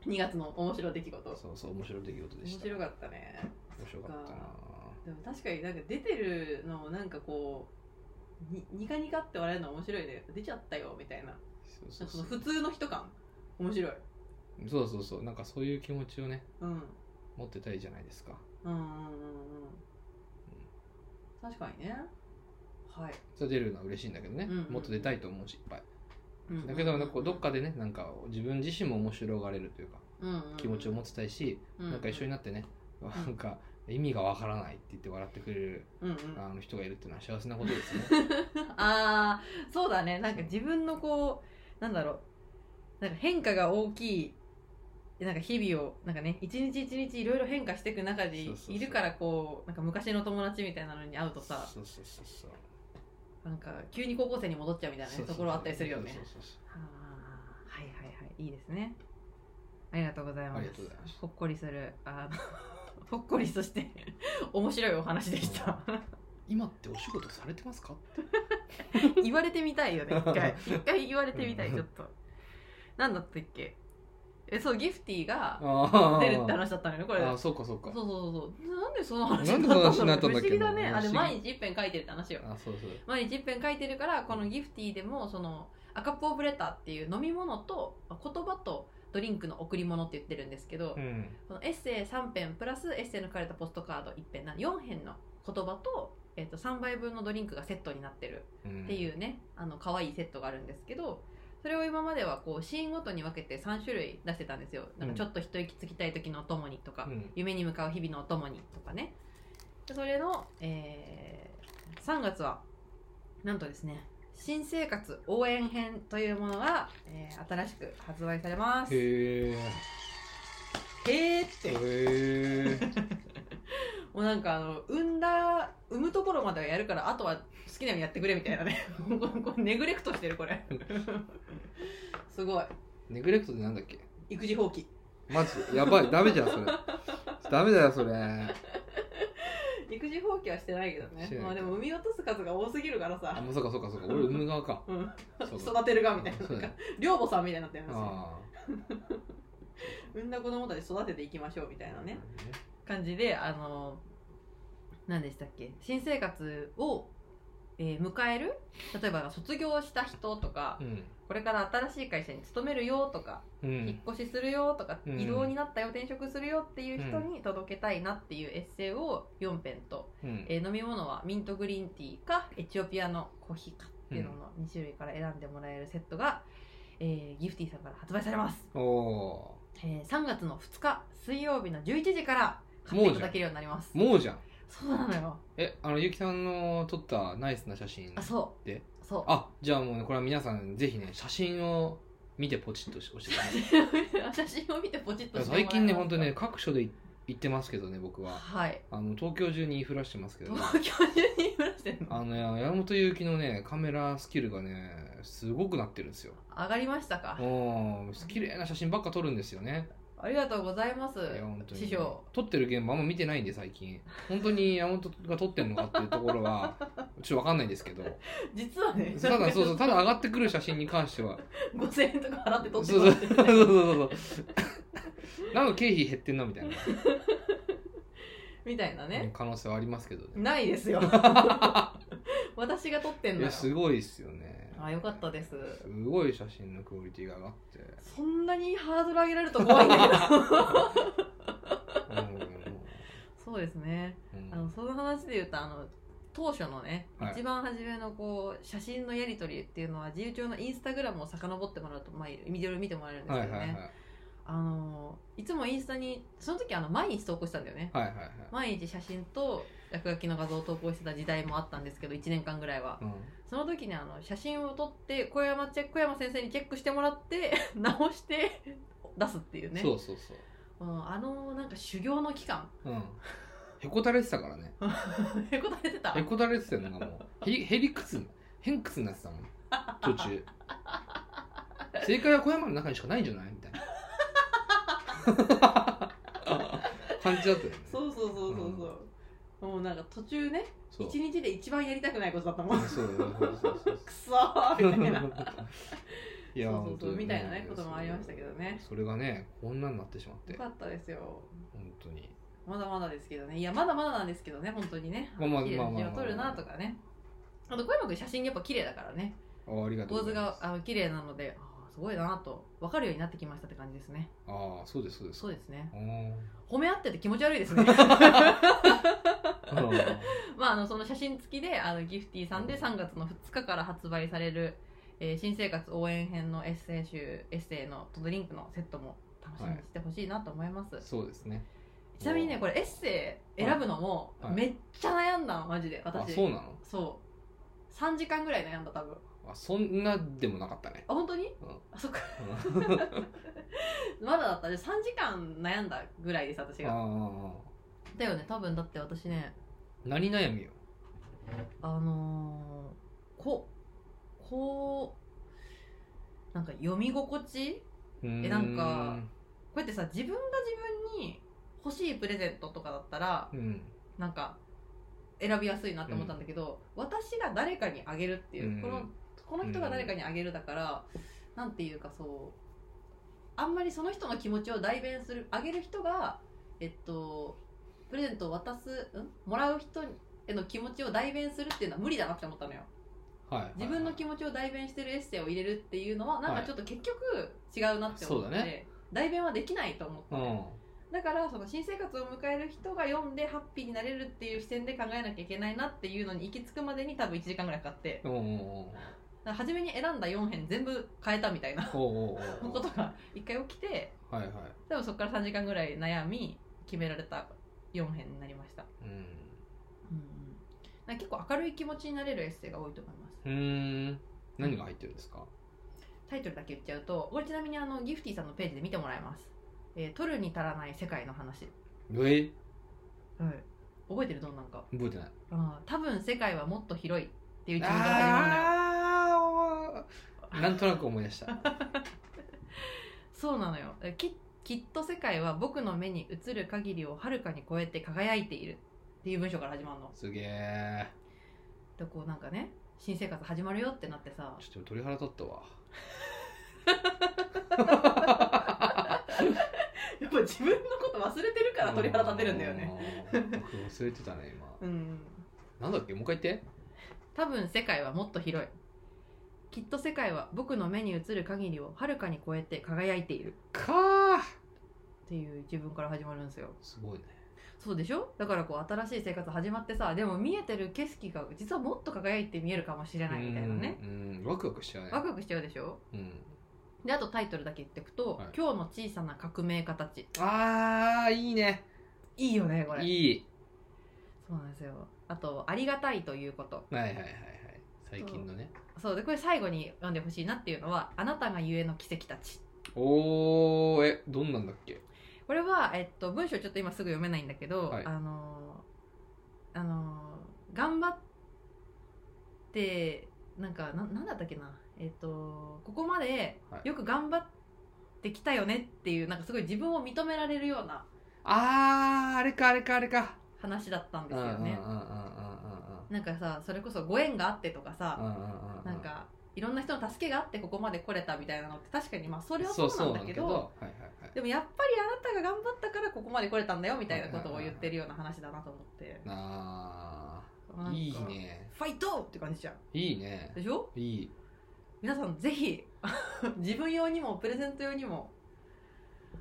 Speaker 1: 2月の面白い出来事
Speaker 2: そうそう面白い出来事でし
Speaker 1: 面
Speaker 2: た
Speaker 1: 白かったね
Speaker 2: 面白かったな
Speaker 1: でも確かになんか出てるのもなんかこうにニカニカって笑えるの面白いね出ちゃったよみたいな
Speaker 2: そ
Speaker 1: そ
Speaker 2: うそう
Speaker 1: の
Speaker 2: そう
Speaker 1: 普通の人感面白い
Speaker 2: そうそうそうなんかそういう気持ちをね
Speaker 1: うんうん
Speaker 2: 持ってたいじゃないですか
Speaker 1: うんうんうん確かにねはい、
Speaker 2: それ出るのは嬉しいんだけどね、
Speaker 1: うんうん
Speaker 2: もっと出たいと思うしいっぱい
Speaker 1: うんうんうん
Speaker 2: だけどなんかこうどっかでねなんか自分自身も面白がれるというか
Speaker 1: うんうんうん
Speaker 2: 気持ちを持ってたいし、なんか一緒になってね、なんか意味がわからないって言って笑ってくれる
Speaker 1: うんうん
Speaker 2: あの人がいるっていうのは幸せなことですね
Speaker 1: あーそうだねなんか自分のこうなんだろうなんか変化が大きいなんか日々をなんかね一日一日いろいろ変化していく中で
Speaker 2: そうそうそう
Speaker 1: いるからこうなんか昔の友達みたいなのに会うとさ
Speaker 2: そうそうそうそう
Speaker 1: なんか急に高校生に戻っちゃうみたいなね
Speaker 2: そうそうそう
Speaker 1: ところあったりするよね
Speaker 2: そうそうそう
Speaker 1: あーはいはいはいいいですねありがとうございま
Speaker 2: あ
Speaker 1: す
Speaker 2: りがとうございました
Speaker 1: ほっこりするあの ほっこりそして面白いお話でした
Speaker 2: 今ってお仕事されてますか
Speaker 1: 言われてみたいよね一回一回言われてみたいちょっと何だったっけえそうギフティが
Speaker 2: あ
Speaker 1: 出るって話だったのよねこれ
Speaker 2: あ
Speaker 1: そ
Speaker 2: あ
Speaker 1: う
Speaker 2: そうかそうか
Speaker 1: そうそうそうなんでその話
Speaker 2: なん
Speaker 1: に
Speaker 2: でその
Speaker 1: なっ
Speaker 2: 話
Speaker 1: た
Speaker 2: に
Speaker 1: ん
Speaker 2: な
Speaker 1: だ
Speaker 2: っ
Speaker 1: ろう不
Speaker 2: たんだっ
Speaker 1: 思
Speaker 2: け
Speaker 1: 議だね
Speaker 2: もう
Speaker 1: あれ
Speaker 2: 不思議
Speaker 1: 毎日一遍書いてるって話よ
Speaker 2: あそうそう
Speaker 1: 毎日一遍書いてるからこのギフティでもその赤ポーブレターっていう飲み物と言葉とドリンクの贈り物って言ってるんですけど、
Speaker 2: うん
Speaker 1: このエッセイ3編プラスエッセイの書かれたポストカード1編な4編の言葉と,、えっと3杯分のドリンクがセットになってる
Speaker 2: うん
Speaker 1: っていうねあの可愛いセットがあるんですけどそれを今まではこうシーンごとに分けて3種類出してたんですよなんかちょっと一息つきたい時のお供にとか、
Speaker 2: うん
Speaker 1: 夢に向かう日々のお供にとかねでそれの、えー3月はなんとですね新生活応援編というものが、えー新しく発売されますへ
Speaker 2: へ
Speaker 1: えっ
Speaker 2: え
Speaker 1: て
Speaker 2: へえ
Speaker 1: もうなんかあの産んだ産むところまではやるからあとは好きなようにやってくれみたいなね これこれネグレクトしてるこれ すごい
Speaker 2: ネグレクトってなんだっけ
Speaker 1: 育児放棄
Speaker 2: マジやばいダメじゃんそれダメだよそれ
Speaker 1: 育児放棄はしてないけど
Speaker 2: して
Speaker 1: ね
Speaker 2: ない
Speaker 1: まあでも産み落とす数が多すぎるから
Speaker 2: あ
Speaker 1: さ、
Speaker 2: もうそうかそうかそうか俺産む側か
Speaker 1: うん、
Speaker 2: そうだ
Speaker 1: 育てる側みたいな
Speaker 2: そうだよ
Speaker 1: 寮母さんみたいになってるんですよ
Speaker 2: ああ
Speaker 1: 産んだ子供たち育てていきましょうみたいなね感じであの何でしたっけ新生活を、えー迎える例えば卒業した人とか
Speaker 2: うん
Speaker 1: これから新しい会社に勤めるよとか
Speaker 2: うん
Speaker 1: 引っ越しするよとか、
Speaker 2: うん
Speaker 1: 移動になったよ転職するよっていう人に届けたいなっていうエッセイを4編と
Speaker 2: うん
Speaker 1: えー飲み物はミントグリーンティーかエチオピアのコーヒーかっていうのの2種類から選んでもらえるセットが、えーギフティーさんから発売されます、
Speaker 2: おお
Speaker 1: えー3月の2日水曜日の11時から買っていただけるようになります
Speaker 2: ーもうじゃん
Speaker 1: そうなのよ
Speaker 2: えあのゆきさんの撮ったナイスな写真
Speaker 1: あそう
Speaker 2: で
Speaker 1: そう
Speaker 2: あじゃあもうねこれは皆さんぜひね写真を見てポチッと押してくだ さい
Speaker 1: 写真を見てポチッとしてもらえ
Speaker 2: 最近ね
Speaker 1: ます
Speaker 2: 本当にね各所で行ってますけどね僕は
Speaker 1: はい
Speaker 2: あの東京中に言いふらしてますけど、ね、
Speaker 1: 東京中に降らしてんの
Speaker 2: あのね山本ゆうきのねカメラスキルがねすごくなってるんですよ
Speaker 1: 上がりましたか
Speaker 2: うん綺麗な写真ばっか撮るんですよね
Speaker 1: ありがとうございます
Speaker 2: いや本当に
Speaker 1: 師匠
Speaker 2: 撮ってる現場あんま見てないんで 最近本当に山本が撮ってんのかっていうところはちょっと分かんないんですけど
Speaker 1: 実はね
Speaker 2: ただそ うそうただ上がってくる写真に関しては
Speaker 1: 5000円とか払って
Speaker 2: そ
Speaker 1: 撮
Speaker 2: う
Speaker 1: って
Speaker 2: そう
Speaker 1: もら
Speaker 2: そう
Speaker 1: って
Speaker 2: そうそうそう なんか経費減ってんなみたいな、
Speaker 1: みたいなね、
Speaker 2: 可能性はありますけどね
Speaker 1: ないです よ私が撮ってん
Speaker 2: い
Speaker 1: のよ
Speaker 2: やすごいですよね
Speaker 1: あよかったです
Speaker 2: すごい写真のクオリティが上がって
Speaker 1: そんなにハードル上げられると怖いん だけどそうですね
Speaker 2: うん
Speaker 1: あのその話で言うとあの当初のね、
Speaker 2: はい
Speaker 1: 一番初めのこう写真のやり取りっていうのは自由帳のインスタグラムを遡ってもらうと、まあ、いろいろ見てもらえるんで
Speaker 2: は
Speaker 1: す
Speaker 2: い
Speaker 1: け
Speaker 2: は
Speaker 1: ど
Speaker 2: い
Speaker 1: ね、
Speaker 2: はいはい
Speaker 1: あのいつもインスタにその時あの毎日投稿してたんだよね
Speaker 2: はいはい
Speaker 1: 毎日写真と落書きの画像を投稿してた時代もあったんですけど1年間ぐらいは
Speaker 2: うん
Speaker 1: その時にあの写真を撮って小山チェック小山先生にチェックしてもらって 直して出すっていうね
Speaker 2: そうそうそう
Speaker 1: うんあのなんか修行の期間
Speaker 2: うんへこたれてたからね
Speaker 1: へこたれ てた
Speaker 2: へこたれてたよなんかもうへりへりくつへんくつになってたもん途中正解は小山の中にしかないんじゃないみたいな 感じだったよね
Speaker 1: そうそうそうそうそう、もうなんか途中ね
Speaker 2: そう
Speaker 1: 一日で一番やりたくないことだったもん
Speaker 2: そう
Speaker 1: く
Speaker 2: そう そうそうそう
Speaker 1: そーみたいな
Speaker 2: いや
Speaker 1: そうそう
Speaker 2: 本
Speaker 1: そ
Speaker 2: 当
Speaker 1: う
Speaker 2: にね
Speaker 1: みたいなねこともありましたけどね
Speaker 2: それがねこんなんなってしまって
Speaker 1: よかったですよ
Speaker 2: 本当に
Speaker 1: まだまだですけどねいやまだまだなんですけどね本当にね
Speaker 2: まあまあ
Speaker 1: 綺麗な写真を
Speaker 2: まあまあ
Speaker 1: 撮るなとかねあと小山君写真やっぱ綺麗だからね
Speaker 2: あありがとう
Speaker 1: 構
Speaker 2: ご
Speaker 1: 図
Speaker 2: ざいま
Speaker 1: が
Speaker 2: す
Speaker 1: あの綺麗なのであーすごいなと分かるようになってきましたって感じですね
Speaker 2: ああそうですそうです
Speaker 1: そうですね
Speaker 2: あー
Speaker 1: 褒め合ってて気持ち悪いです ね
Speaker 2: あー
Speaker 1: まああのその写真付きであのギフティーさんで3月の2日から発売される、えー新生活応援編のエッセイ集エッセイのとドリンクのセットも楽しみにしてほしいなと思います、
Speaker 2: そうですね
Speaker 1: ちなみにねこれエッセイ選ぶのも
Speaker 2: はい
Speaker 1: めっちゃ悩んだのマジで
Speaker 2: あ
Speaker 1: 私
Speaker 2: そうなの
Speaker 1: そう3時間ぐらい悩んだ多分
Speaker 2: あそんなでもなかったね
Speaker 1: あ本当に、あそっかまだだったで3時間悩んだぐらいです私
Speaker 2: あ
Speaker 1: が
Speaker 2: あ
Speaker 1: だよね多分だって私ね
Speaker 2: 何悩みよ
Speaker 1: あのーここうなんか読み心地
Speaker 2: うー
Speaker 1: えなんかこうやってさ自分が自分に欲しいプレゼントとかだったら
Speaker 2: うん
Speaker 1: なんか選びやすいなって思ったんだけど、私が誰かにあげるっていう、
Speaker 2: うん
Speaker 1: このこの人が誰かにあげるだから、なんていうかそうあんまりその人の気持ちを代弁するあげる人がえっとプレゼントを渡すんもらう人への気持ちを代弁するっていうのは無理だなって思ったのよ
Speaker 2: はいはい
Speaker 1: 自分の気持ちを代弁してるエッセイを入れるっていうのはなんかちょっと結局違うなって思って、
Speaker 2: そうだね
Speaker 1: 代弁はできないと思って、
Speaker 2: うん
Speaker 1: だからその新生活を迎える人が読んでハッピーになれるっていう視点で考えなきゃいけないなっていうのに行き着くまでに多分1時間ぐらいかかって
Speaker 2: うんうんう
Speaker 1: だ
Speaker 2: ん
Speaker 1: から初めに選んだ4編全部変えたみたいな
Speaker 2: おうおうおう
Speaker 1: ことが一回起きて
Speaker 2: はいはい
Speaker 1: 多分そこから3時間ぐらい悩み決められた4編になりました、
Speaker 2: う
Speaker 1: うんうん、なんか結構明るい気持ちになれるエッセイが多いと思います
Speaker 2: んうーん何が入ってるんですか
Speaker 1: タイトルだけ言っちゃうとこれちなみにあのギフティさんのページで見てもらえます、えー、取るに足らない世界の話、
Speaker 2: えー
Speaker 1: はい、覚えてるどんなんか
Speaker 2: 覚えてない
Speaker 1: あー多分世界はもっと広いっていう自分が始まるのよ
Speaker 2: ああなんとなく思い出した
Speaker 1: そうなのよえききっと世界は僕の目に映る限りをはるかに超えて輝いているっていう文章から始まるの
Speaker 2: すげえ
Speaker 1: でこうなんかね新生活始まるよってなってさ
Speaker 2: ちょっと鳥肌立ったわ
Speaker 1: やっぱ自分のこと忘れてるから鳥肌立てるんだよね
Speaker 2: あー僕忘れてた ね今
Speaker 1: うん
Speaker 2: なんだっけもう一回言って
Speaker 1: 多分世界はもっと広いきっと世界は僕の目に映る限りをはるかに超えて輝いている
Speaker 2: かー
Speaker 1: っていう自分から始まるんですよ
Speaker 2: すごいね
Speaker 1: そうでしょだからこう新しい生活始まってさでも見えてる景色が実はもっと輝いて見えるかもしれないみたいなね
Speaker 2: うんうんワクワクしちゃうね
Speaker 1: ワクワクしちゃうでしょ
Speaker 2: うん
Speaker 1: であとタイトルだけ言ってくと、
Speaker 2: はい
Speaker 1: 今日の小さな革命家たち」
Speaker 2: あーいいね
Speaker 1: いいよねこれ
Speaker 2: いい
Speaker 1: そうなんですよあと「ありがたいということ
Speaker 2: はいはいはいはい最近のね」
Speaker 1: そうでこれ最後に読んでほしいなっていうのは「あなたがゆえの奇跡たち
Speaker 2: おーえどんなんだっけ」
Speaker 1: これは、えっと、文章ちょっと今すぐ読めないんだけど、
Speaker 2: はい
Speaker 1: あのーあのー頑張ってなんかななんだったっけなえっとここまで
Speaker 2: はい
Speaker 1: よく頑張ってきたよねっていうなんかすごい自分を認められるような
Speaker 2: あーあれかあれかあれか
Speaker 1: 話だったん
Speaker 2: う
Speaker 1: です
Speaker 2: んうんうん
Speaker 1: よ
Speaker 2: うんうんうん
Speaker 1: ね。なんかさそれこそご縁があってとかさ、
Speaker 2: うんうん
Speaker 1: なんかいろんな人の助けがあってここまで来れたみたいなのって確かにまあそれはそう
Speaker 2: そ
Speaker 1: うな
Speaker 2: そうんな
Speaker 1: だ
Speaker 2: んだ
Speaker 1: け
Speaker 2: け
Speaker 1: ど
Speaker 2: どはいはいはい
Speaker 1: でもやっぱりあなたが頑張ったからここまで来れたんだよみたいなことを言ってるような話だなと思って
Speaker 2: あ
Speaker 1: なん
Speaker 2: ー
Speaker 1: か
Speaker 2: いいね
Speaker 1: ファイトって感じじゃん
Speaker 2: いいね
Speaker 1: でしょ
Speaker 2: いい
Speaker 1: 皆さんぜひ 自分用にもプレゼント用にも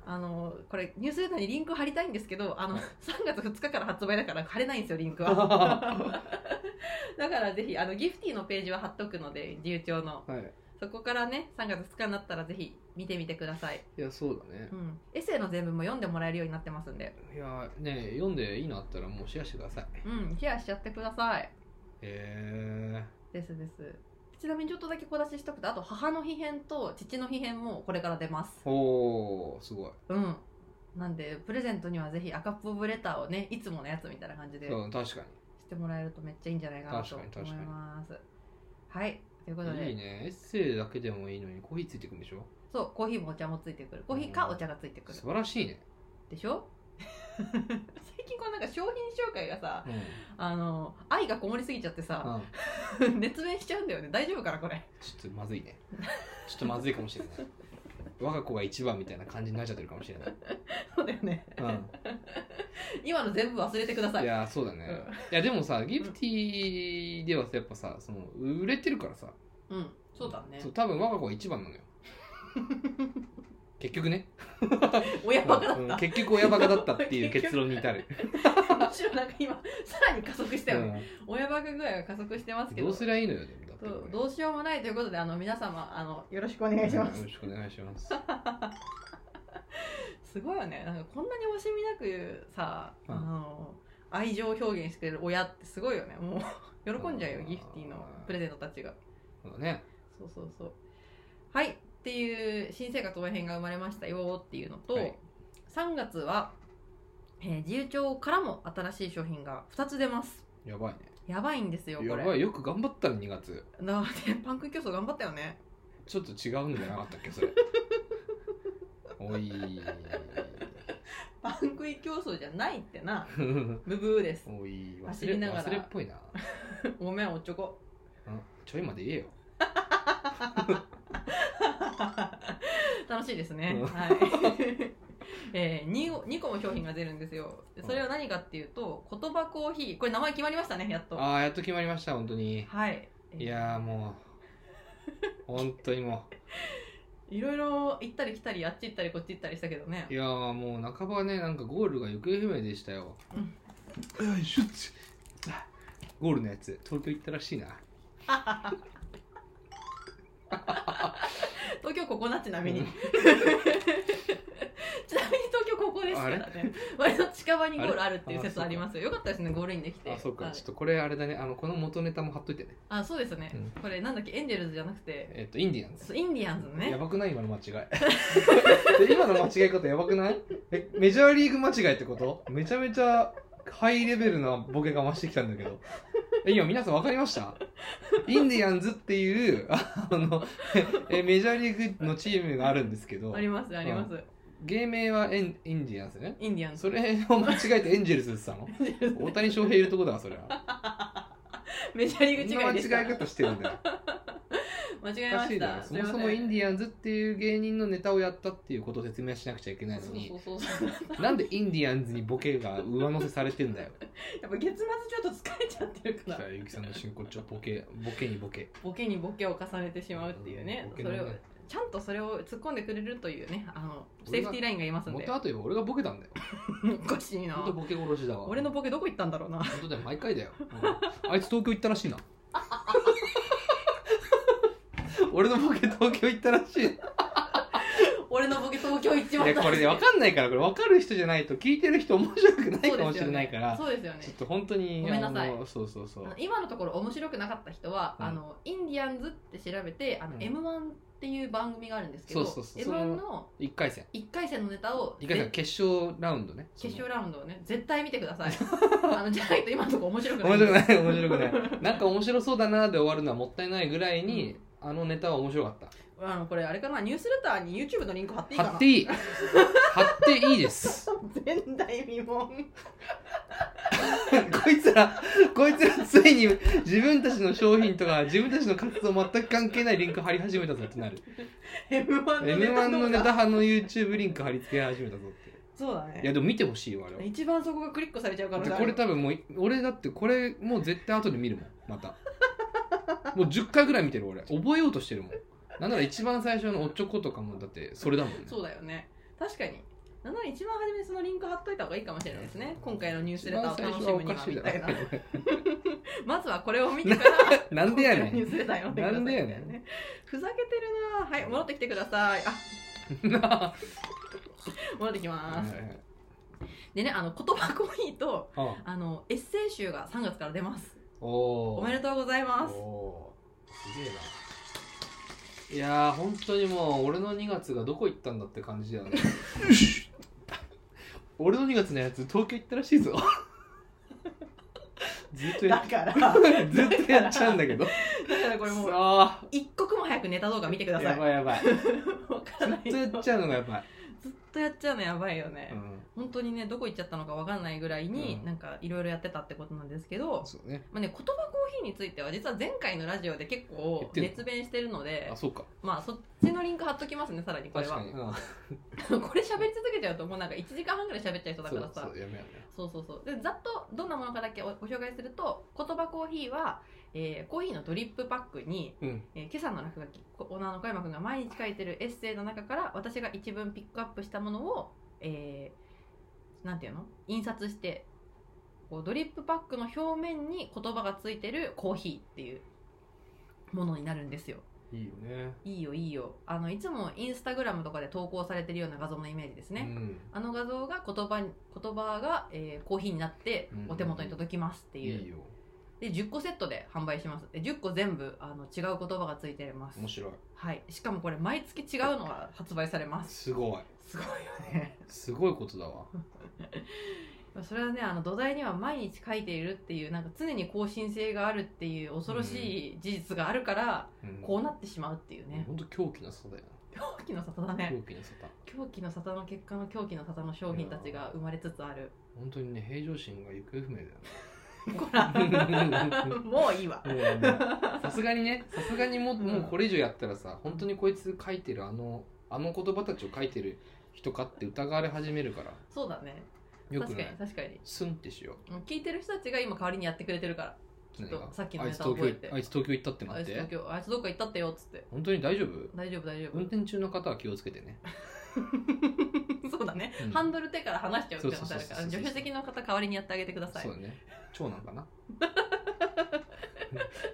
Speaker 1: あのこれニュースレターにリンク貼りたいんですけどあの3月2日から発売だから貼れないんですよリンク はだからぜひあのギフティのページは貼っとくので自由帳の
Speaker 2: はい
Speaker 1: そこからね3月2日になったらぜひ見てみてください、
Speaker 2: いやそうだね
Speaker 1: うん、エッセイの全文も読んでもらえるようになってますんで
Speaker 2: いやね読んでいいのあったらもうシェアしてください
Speaker 1: うんシェアしちゃってください
Speaker 2: へ
Speaker 1: ですですちなみにちょっとだけ小出ししとくとあと母の日編と父の日編もこれから出ます
Speaker 2: ーおーすごい
Speaker 1: うんなんでプレゼントにはぜひ赤っぽブレターをねいつものやつみたいな感じで
Speaker 2: そう確か
Speaker 1: してもらえるとめっちゃいいんじゃないかなと思
Speaker 2: 確かに
Speaker 1: い
Speaker 2: 確かに
Speaker 1: ますはいということで
Speaker 2: にいいねエッセイだけでもいいのにコーヒーついてくるんでしょ
Speaker 1: そうコーヒーもお茶もついてくるコーヒーかお茶がついてくる
Speaker 2: 素晴らしいね
Speaker 1: でしょ 最近こうなんか商品紹介がさ
Speaker 2: うん
Speaker 1: あの愛がこもりすぎちゃってさ、
Speaker 2: うん
Speaker 1: 熱弁しちゃうんだよね大丈夫かなこれ
Speaker 2: ちょっとまずいね。ちょっとまずいかもしれない。 我が子が一番みたいな感じになっちゃってるかもしれない。
Speaker 1: そうだよね
Speaker 2: う
Speaker 1: 今の全部忘れてく ださ
Speaker 2: ん、
Speaker 1: い
Speaker 2: いや、そうだね。
Speaker 1: うん
Speaker 2: いや、でもさ、ギフティではさやっぱさ、その売れてるからさ、
Speaker 1: うんそうだね
Speaker 2: そう多分我が子が一番なの よ。結局ね、
Speaker 1: 親バカだっ
Speaker 2: うん
Speaker 1: た、
Speaker 2: 結局親バカだったっていう結論に 至る。
Speaker 1: むしろなんか今さらに加速したよね、
Speaker 2: う
Speaker 1: 親バカ具合が加速してます
Speaker 2: ん
Speaker 1: け
Speaker 2: ど
Speaker 1: ど
Speaker 2: うすりゃいいのよ、でもだって
Speaker 1: そ
Speaker 2: こ
Speaker 1: う
Speaker 2: れ
Speaker 1: どうしようもないということであの皆様あのよろしくお
Speaker 2: う
Speaker 1: 願
Speaker 2: ん
Speaker 1: いします、
Speaker 2: よろしくお願いします。
Speaker 1: すごいよねなんかこんなに惜しみなくさ、
Speaker 2: うん
Speaker 1: あの愛情を表現してくれる親ってすごいよね もう喜んじゃうよギフティのプレゼントたちが
Speaker 2: そうだね。
Speaker 1: そうそうそうはいっていう新生活応援編が生まれましたよっていうのと、
Speaker 2: はい
Speaker 1: 3月は、えー自由帳からも新しい商品が2つ出ます
Speaker 2: やばいね。
Speaker 1: やばいんですよこれ
Speaker 2: やばい、よく頑張ったら2月。
Speaker 1: だってパンク競争頑張ったよね
Speaker 2: ちょっと違うんじゃなかったっけ、それ。おい。
Speaker 1: パン食い競争じゃないってなブブーです
Speaker 2: おい忘
Speaker 1: 走
Speaker 2: れ
Speaker 1: りながら
Speaker 2: 忘れっぽいな、
Speaker 1: ごめんおっちょこ
Speaker 2: うん、ちょいまで言えよ
Speaker 1: 楽しい ですね、
Speaker 2: うん
Speaker 1: はい、えー、2, 2個も商品が出るんですよでそれは何かっていうと言葉コーヒーこれ名前決まりましたねやっと
Speaker 2: ああやっと決まりました本当に
Speaker 1: はいえー
Speaker 2: いやーもう本当にも
Speaker 1: いろいろ行ったり来たりあっち行ったりこっち行ったりしたけどね
Speaker 2: ういやーもう半ばねなんかゴールが行方不明でしたよ、よいしょっつあゴールのやつ東京行ったらしいな
Speaker 1: 東京ここなちなみに、 ちなみに東京ここですからね割と近場にゴールあるっていう説ありますよよかったですねゴールインできて
Speaker 2: あそうか
Speaker 1: はい
Speaker 2: ちょっとこれあれだねあのこの元ネタも貼っといてね
Speaker 1: あそうですね、
Speaker 2: う
Speaker 1: これなんだっけエンジェルズじゃなくて
Speaker 2: えっとインディアンズ
Speaker 1: そうインディアンズの
Speaker 2: や
Speaker 1: ね
Speaker 2: ばくない今の間違い で今の間違い方やばくないえメジャーリーグ間違いってことめちゃめちゃハイレベルなボケが増してきたんだけどえ今皆さん分かりましたインディアンズっていうあのえメジャーリーグのチームがあるんですけど
Speaker 1: ありますあります、
Speaker 2: 芸名はエンインディアンスね
Speaker 1: インディアンズ
Speaker 2: それを間違えてエンジェルスって言って
Speaker 1: エン ジェル
Speaker 2: た
Speaker 1: ズ
Speaker 2: の大谷翔平いるとこだわそれは
Speaker 1: メジャーリ
Speaker 2: そ
Speaker 1: ーグ違
Speaker 2: んな
Speaker 1: いでした
Speaker 2: 間違い方してるんだよ
Speaker 1: 間違
Speaker 2: お
Speaker 1: えま
Speaker 2: かし
Speaker 1: し
Speaker 2: いだろ
Speaker 1: た
Speaker 2: そもそもインデ
Speaker 1: ィ
Speaker 2: ィアンズっていう芸人のネタをやったっていうことを説明しなくちゃいけないの
Speaker 1: そう
Speaker 2: に
Speaker 1: そうそうそう
Speaker 2: なんでインディアンズにボケが上乗せされてん だよ
Speaker 1: やっぱ月末ちょっと疲れちゃってるか
Speaker 2: さ
Speaker 1: ら
Speaker 2: あゆきさんの真骨頂ボケボケにボケ
Speaker 1: ボケにボケを重ねてしまうっていうね
Speaker 2: ボケ
Speaker 1: そ
Speaker 2: のね
Speaker 1: れをちゃんとそれを突っ込んでくれるというねあの
Speaker 2: 俺
Speaker 1: セ
Speaker 2: が
Speaker 1: ーフティーラインがいますんで
Speaker 2: 元はといえば俺がボケたんだよ
Speaker 1: おかしいな
Speaker 2: 本当ボケ殺しだわ
Speaker 1: 俺のボケどこ行ったんだろうな
Speaker 2: 本当だよ毎回だ よ、うんあいつ東京行ったらしいな 俺のボケ東京行ったらしい
Speaker 1: 俺のボケ東京行っち
Speaker 2: い
Speaker 1: まっ
Speaker 2: や
Speaker 1: た
Speaker 2: これね分かんないからこれ分かる人じゃないと聞いてる人面白くないかもしれないから、
Speaker 1: そうですよね
Speaker 2: ちょっと本当に
Speaker 1: ごめんなさい
Speaker 2: あのそうそうそう
Speaker 1: あの今のところ面白くなかった人は、
Speaker 2: うん
Speaker 1: あのインディアンズって調べてあの、
Speaker 2: うん
Speaker 1: m 1っていう番組があるんですけど
Speaker 2: そうそうそう
Speaker 1: m 1の
Speaker 2: 1回戦
Speaker 1: 1回戦のネタを
Speaker 2: 1回戦
Speaker 1: ぜ
Speaker 2: 決勝ラウンドね
Speaker 1: 決勝ラウンドをね絶対見てくだ さいあのじゃないと今のところ面白くない
Speaker 2: 面白くない面白くないなんか面白そうだなで終わるのはもったいないぐらいに、あのネタは面白かっ
Speaker 1: あのこれあれかなニュースレターに YouTube のリンク貼っていい
Speaker 2: た
Speaker 1: かな
Speaker 2: 貼って いい貼っていいです
Speaker 1: 前代未聞
Speaker 2: こいつらこいつらついに自分たちの商品とか自分たちの活動全く関係ないリンク貼り始めたぞってな る
Speaker 1: m 1
Speaker 2: m 1のネタ派の YouTube リンク貼り付け始めたぞっ
Speaker 1: そうだ
Speaker 2: ていや
Speaker 1: ね
Speaker 2: でも見てほしいよあれは
Speaker 1: 一番そこがクリックされちゃうから
Speaker 2: でこれ多分もう俺だってこれもう絶対後で見るもん またもう10回ぐらい見てる俺覚えようとしてるもんなんなら一番最初のおっちょことかもだってそれだもんね
Speaker 1: そうだよね確かになんなら一番初めにそのリンク貼っといた方がいいかもしれないですね今回のニュース
Speaker 2: 一
Speaker 1: レター
Speaker 2: 番
Speaker 1: を
Speaker 2: 最
Speaker 1: 楽
Speaker 2: 初
Speaker 1: し
Speaker 2: はお
Speaker 1: むに
Speaker 2: か
Speaker 1: は
Speaker 2: しい
Speaker 1: み
Speaker 2: だ
Speaker 1: たい
Speaker 2: ろ
Speaker 1: なまずはこれを見てから
Speaker 2: なんでやね
Speaker 1: ニュ
Speaker 2: ん
Speaker 1: ースレター読んでくださいみたい
Speaker 2: なんでやね
Speaker 1: ねふざけてるなぁはい戻ってきてくださいあ
Speaker 2: な
Speaker 1: 戻ってきま
Speaker 2: あ
Speaker 1: すでねあの言葉コーヒーと
Speaker 2: あ
Speaker 1: あのエッセイ集が3月から出ます
Speaker 2: お
Speaker 1: おめで
Speaker 2: と
Speaker 1: とうございます
Speaker 2: おーすげえないやー本当にもう俺の2月がどこ行ったんだって感じだ よね俺の2月のやつ東京行ったらし いぞずっとやっ
Speaker 1: だからだか
Speaker 2: ずっとやっちゃうんだけど。
Speaker 1: らこれもう
Speaker 2: あ
Speaker 1: 一刻も早くネタ動画見てくだ
Speaker 2: あ、
Speaker 1: さ
Speaker 2: や
Speaker 1: い
Speaker 2: ばいやばい。ず
Speaker 1: わからない
Speaker 2: っとやっちゃうのがや ばい。
Speaker 1: ずっとやっちゃうのやばいよね、
Speaker 2: うん、
Speaker 1: 本当にねどこ行っちゃったのかわかんないぐらいに、
Speaker 2: うん
Speaker 1: なんかいろいろやってたってことなんですけど、
Speaker 2: そうね。
Speaker 1: まあね、言葉コーヒーについては実は前回のラジオで結
Speaker 2: 言
Speaker 1: 構
Speaker 2: ってんの
Speaker 1: 熱弁してるので
Speaker 2: あ、そうか。
Speaker 1: まあそっちのリンク貼っときますねさらにこれ
Speaker 2: 確か
Speaker 1: は
Speaker 2: に。うん
Speaker 1: これ喋り続けちゃうともうなんか1時間半ぐらい喋っちゃいそうだからさ
Speaker 2: そうそう、やめようね。
Speaker 1: そうそうそうでざっとどんなものかだけおご紹介すると言葉コーヒーは、えーコーヒーのドリップパックに、
Speaker 2: うん。
Speaker 1: えー今朝の落書きこオーナーの小山君が毎日書いてるエッセイの中から私が一文ピックアップしたものを、えーなんていうの印刷してこうドリップパックの表面に言葉がついてるコーヒーっていうものになるんですよ
Speaker 2: いいよね。
Speaker 1: いいよいいよあのいつもインスタグラムとかで投稿されてるような画像のイメージですね、
Speaker 2: うん。
Speaker 1: あの画像が言葉に言葉が、えーコーヒーになって
Speaker 2: うん
Speaker 1: お手元に届きますって
Speaker 2: い
Speaker 1: いう、
Speaker 2: いよ。
Speaker 1: で10個セットで販売しますで10個全部あの違う言葉がついてます
Speaker 2: 面白い。
Speaker 1: はい、しかもこれ毎月違うのが発売されます
Speaker 2: すごい。
Speaker 1: すごいよね
Speaker 2: すごいことだわ。
Speaker 1: それはねあの土台には毎日書いているっていうなんか常に更新性があるっていう恐ろしい事実があるから、
Speaker 2: うん
Speaker 1: こうなってしまうっていうね
Speaker 2: 本当狂気な沙汰だよ
Speaker 1: 狂気の沙汰だ
Speaker 2: な。
Speaker 1: ね
Speaker 2: 狂気な沙汰。
Speaker 1: 狂気の沙汰の結果の狂気の沙汰の商品たちが生まれつつある
Speaker 2: 本当にね、平常心が行方不明だよね。
Speaker 1: こ らもういいわ
Speaker 2: うん さすがにねさすがにもう,、
Speaker 1: うん
Speaker 2: もうこれ以上やったらさ本当にこいつ書いてるあのあの言葉たちを書いてる人かって疑われ始めるから
Speaker 1: そうだね
Speaker 2: よく
Speaker 1: 確か
Speaker 2: な
Speaker 1: に
Speaker 2: い
Speaker 1: 確かに
Speaker 2: スンってしよう
Speaker 1: うん聞いてる人たちが今代わりにやってくれてるからきっ
Speaker 2: 何
Speaker 1: と
Speaker 2: が
Speaker 1: さっきの
Speaker 2: あ
Speaker 1: ネ
Speaker 2: いつ
Speaker 1: タ
Speaker 2: 東
Speaker 1: 覚
Speaker 2: 京
Speaker 1: え
Speaker 2: 行
Speaker 1: て
Speaker 2: あいつ東京行ったってな
Speaker 1: あ
Speaker 2: っ
Speaker 1: いつ
Speaker 2: て
Speaker 1: 東京あいつどっか行ったってよっつって
Speaker 2: 本当に大丈夫
Speaker 1: 大丈夫大丈夫
Speaker 2: 運転中の方は気をつけてね
Speaker 1: そうだね、
Speaker 2: うん
Speaker 1: ハンドル手から離しちゃうってことあるから
Speaker 2: そうそうそうそ
Speaker 1: 助
Speaker 2: う
Speaker 1: 手席の方代わりにやってあげてください
Speaker 2: そうだね長男かな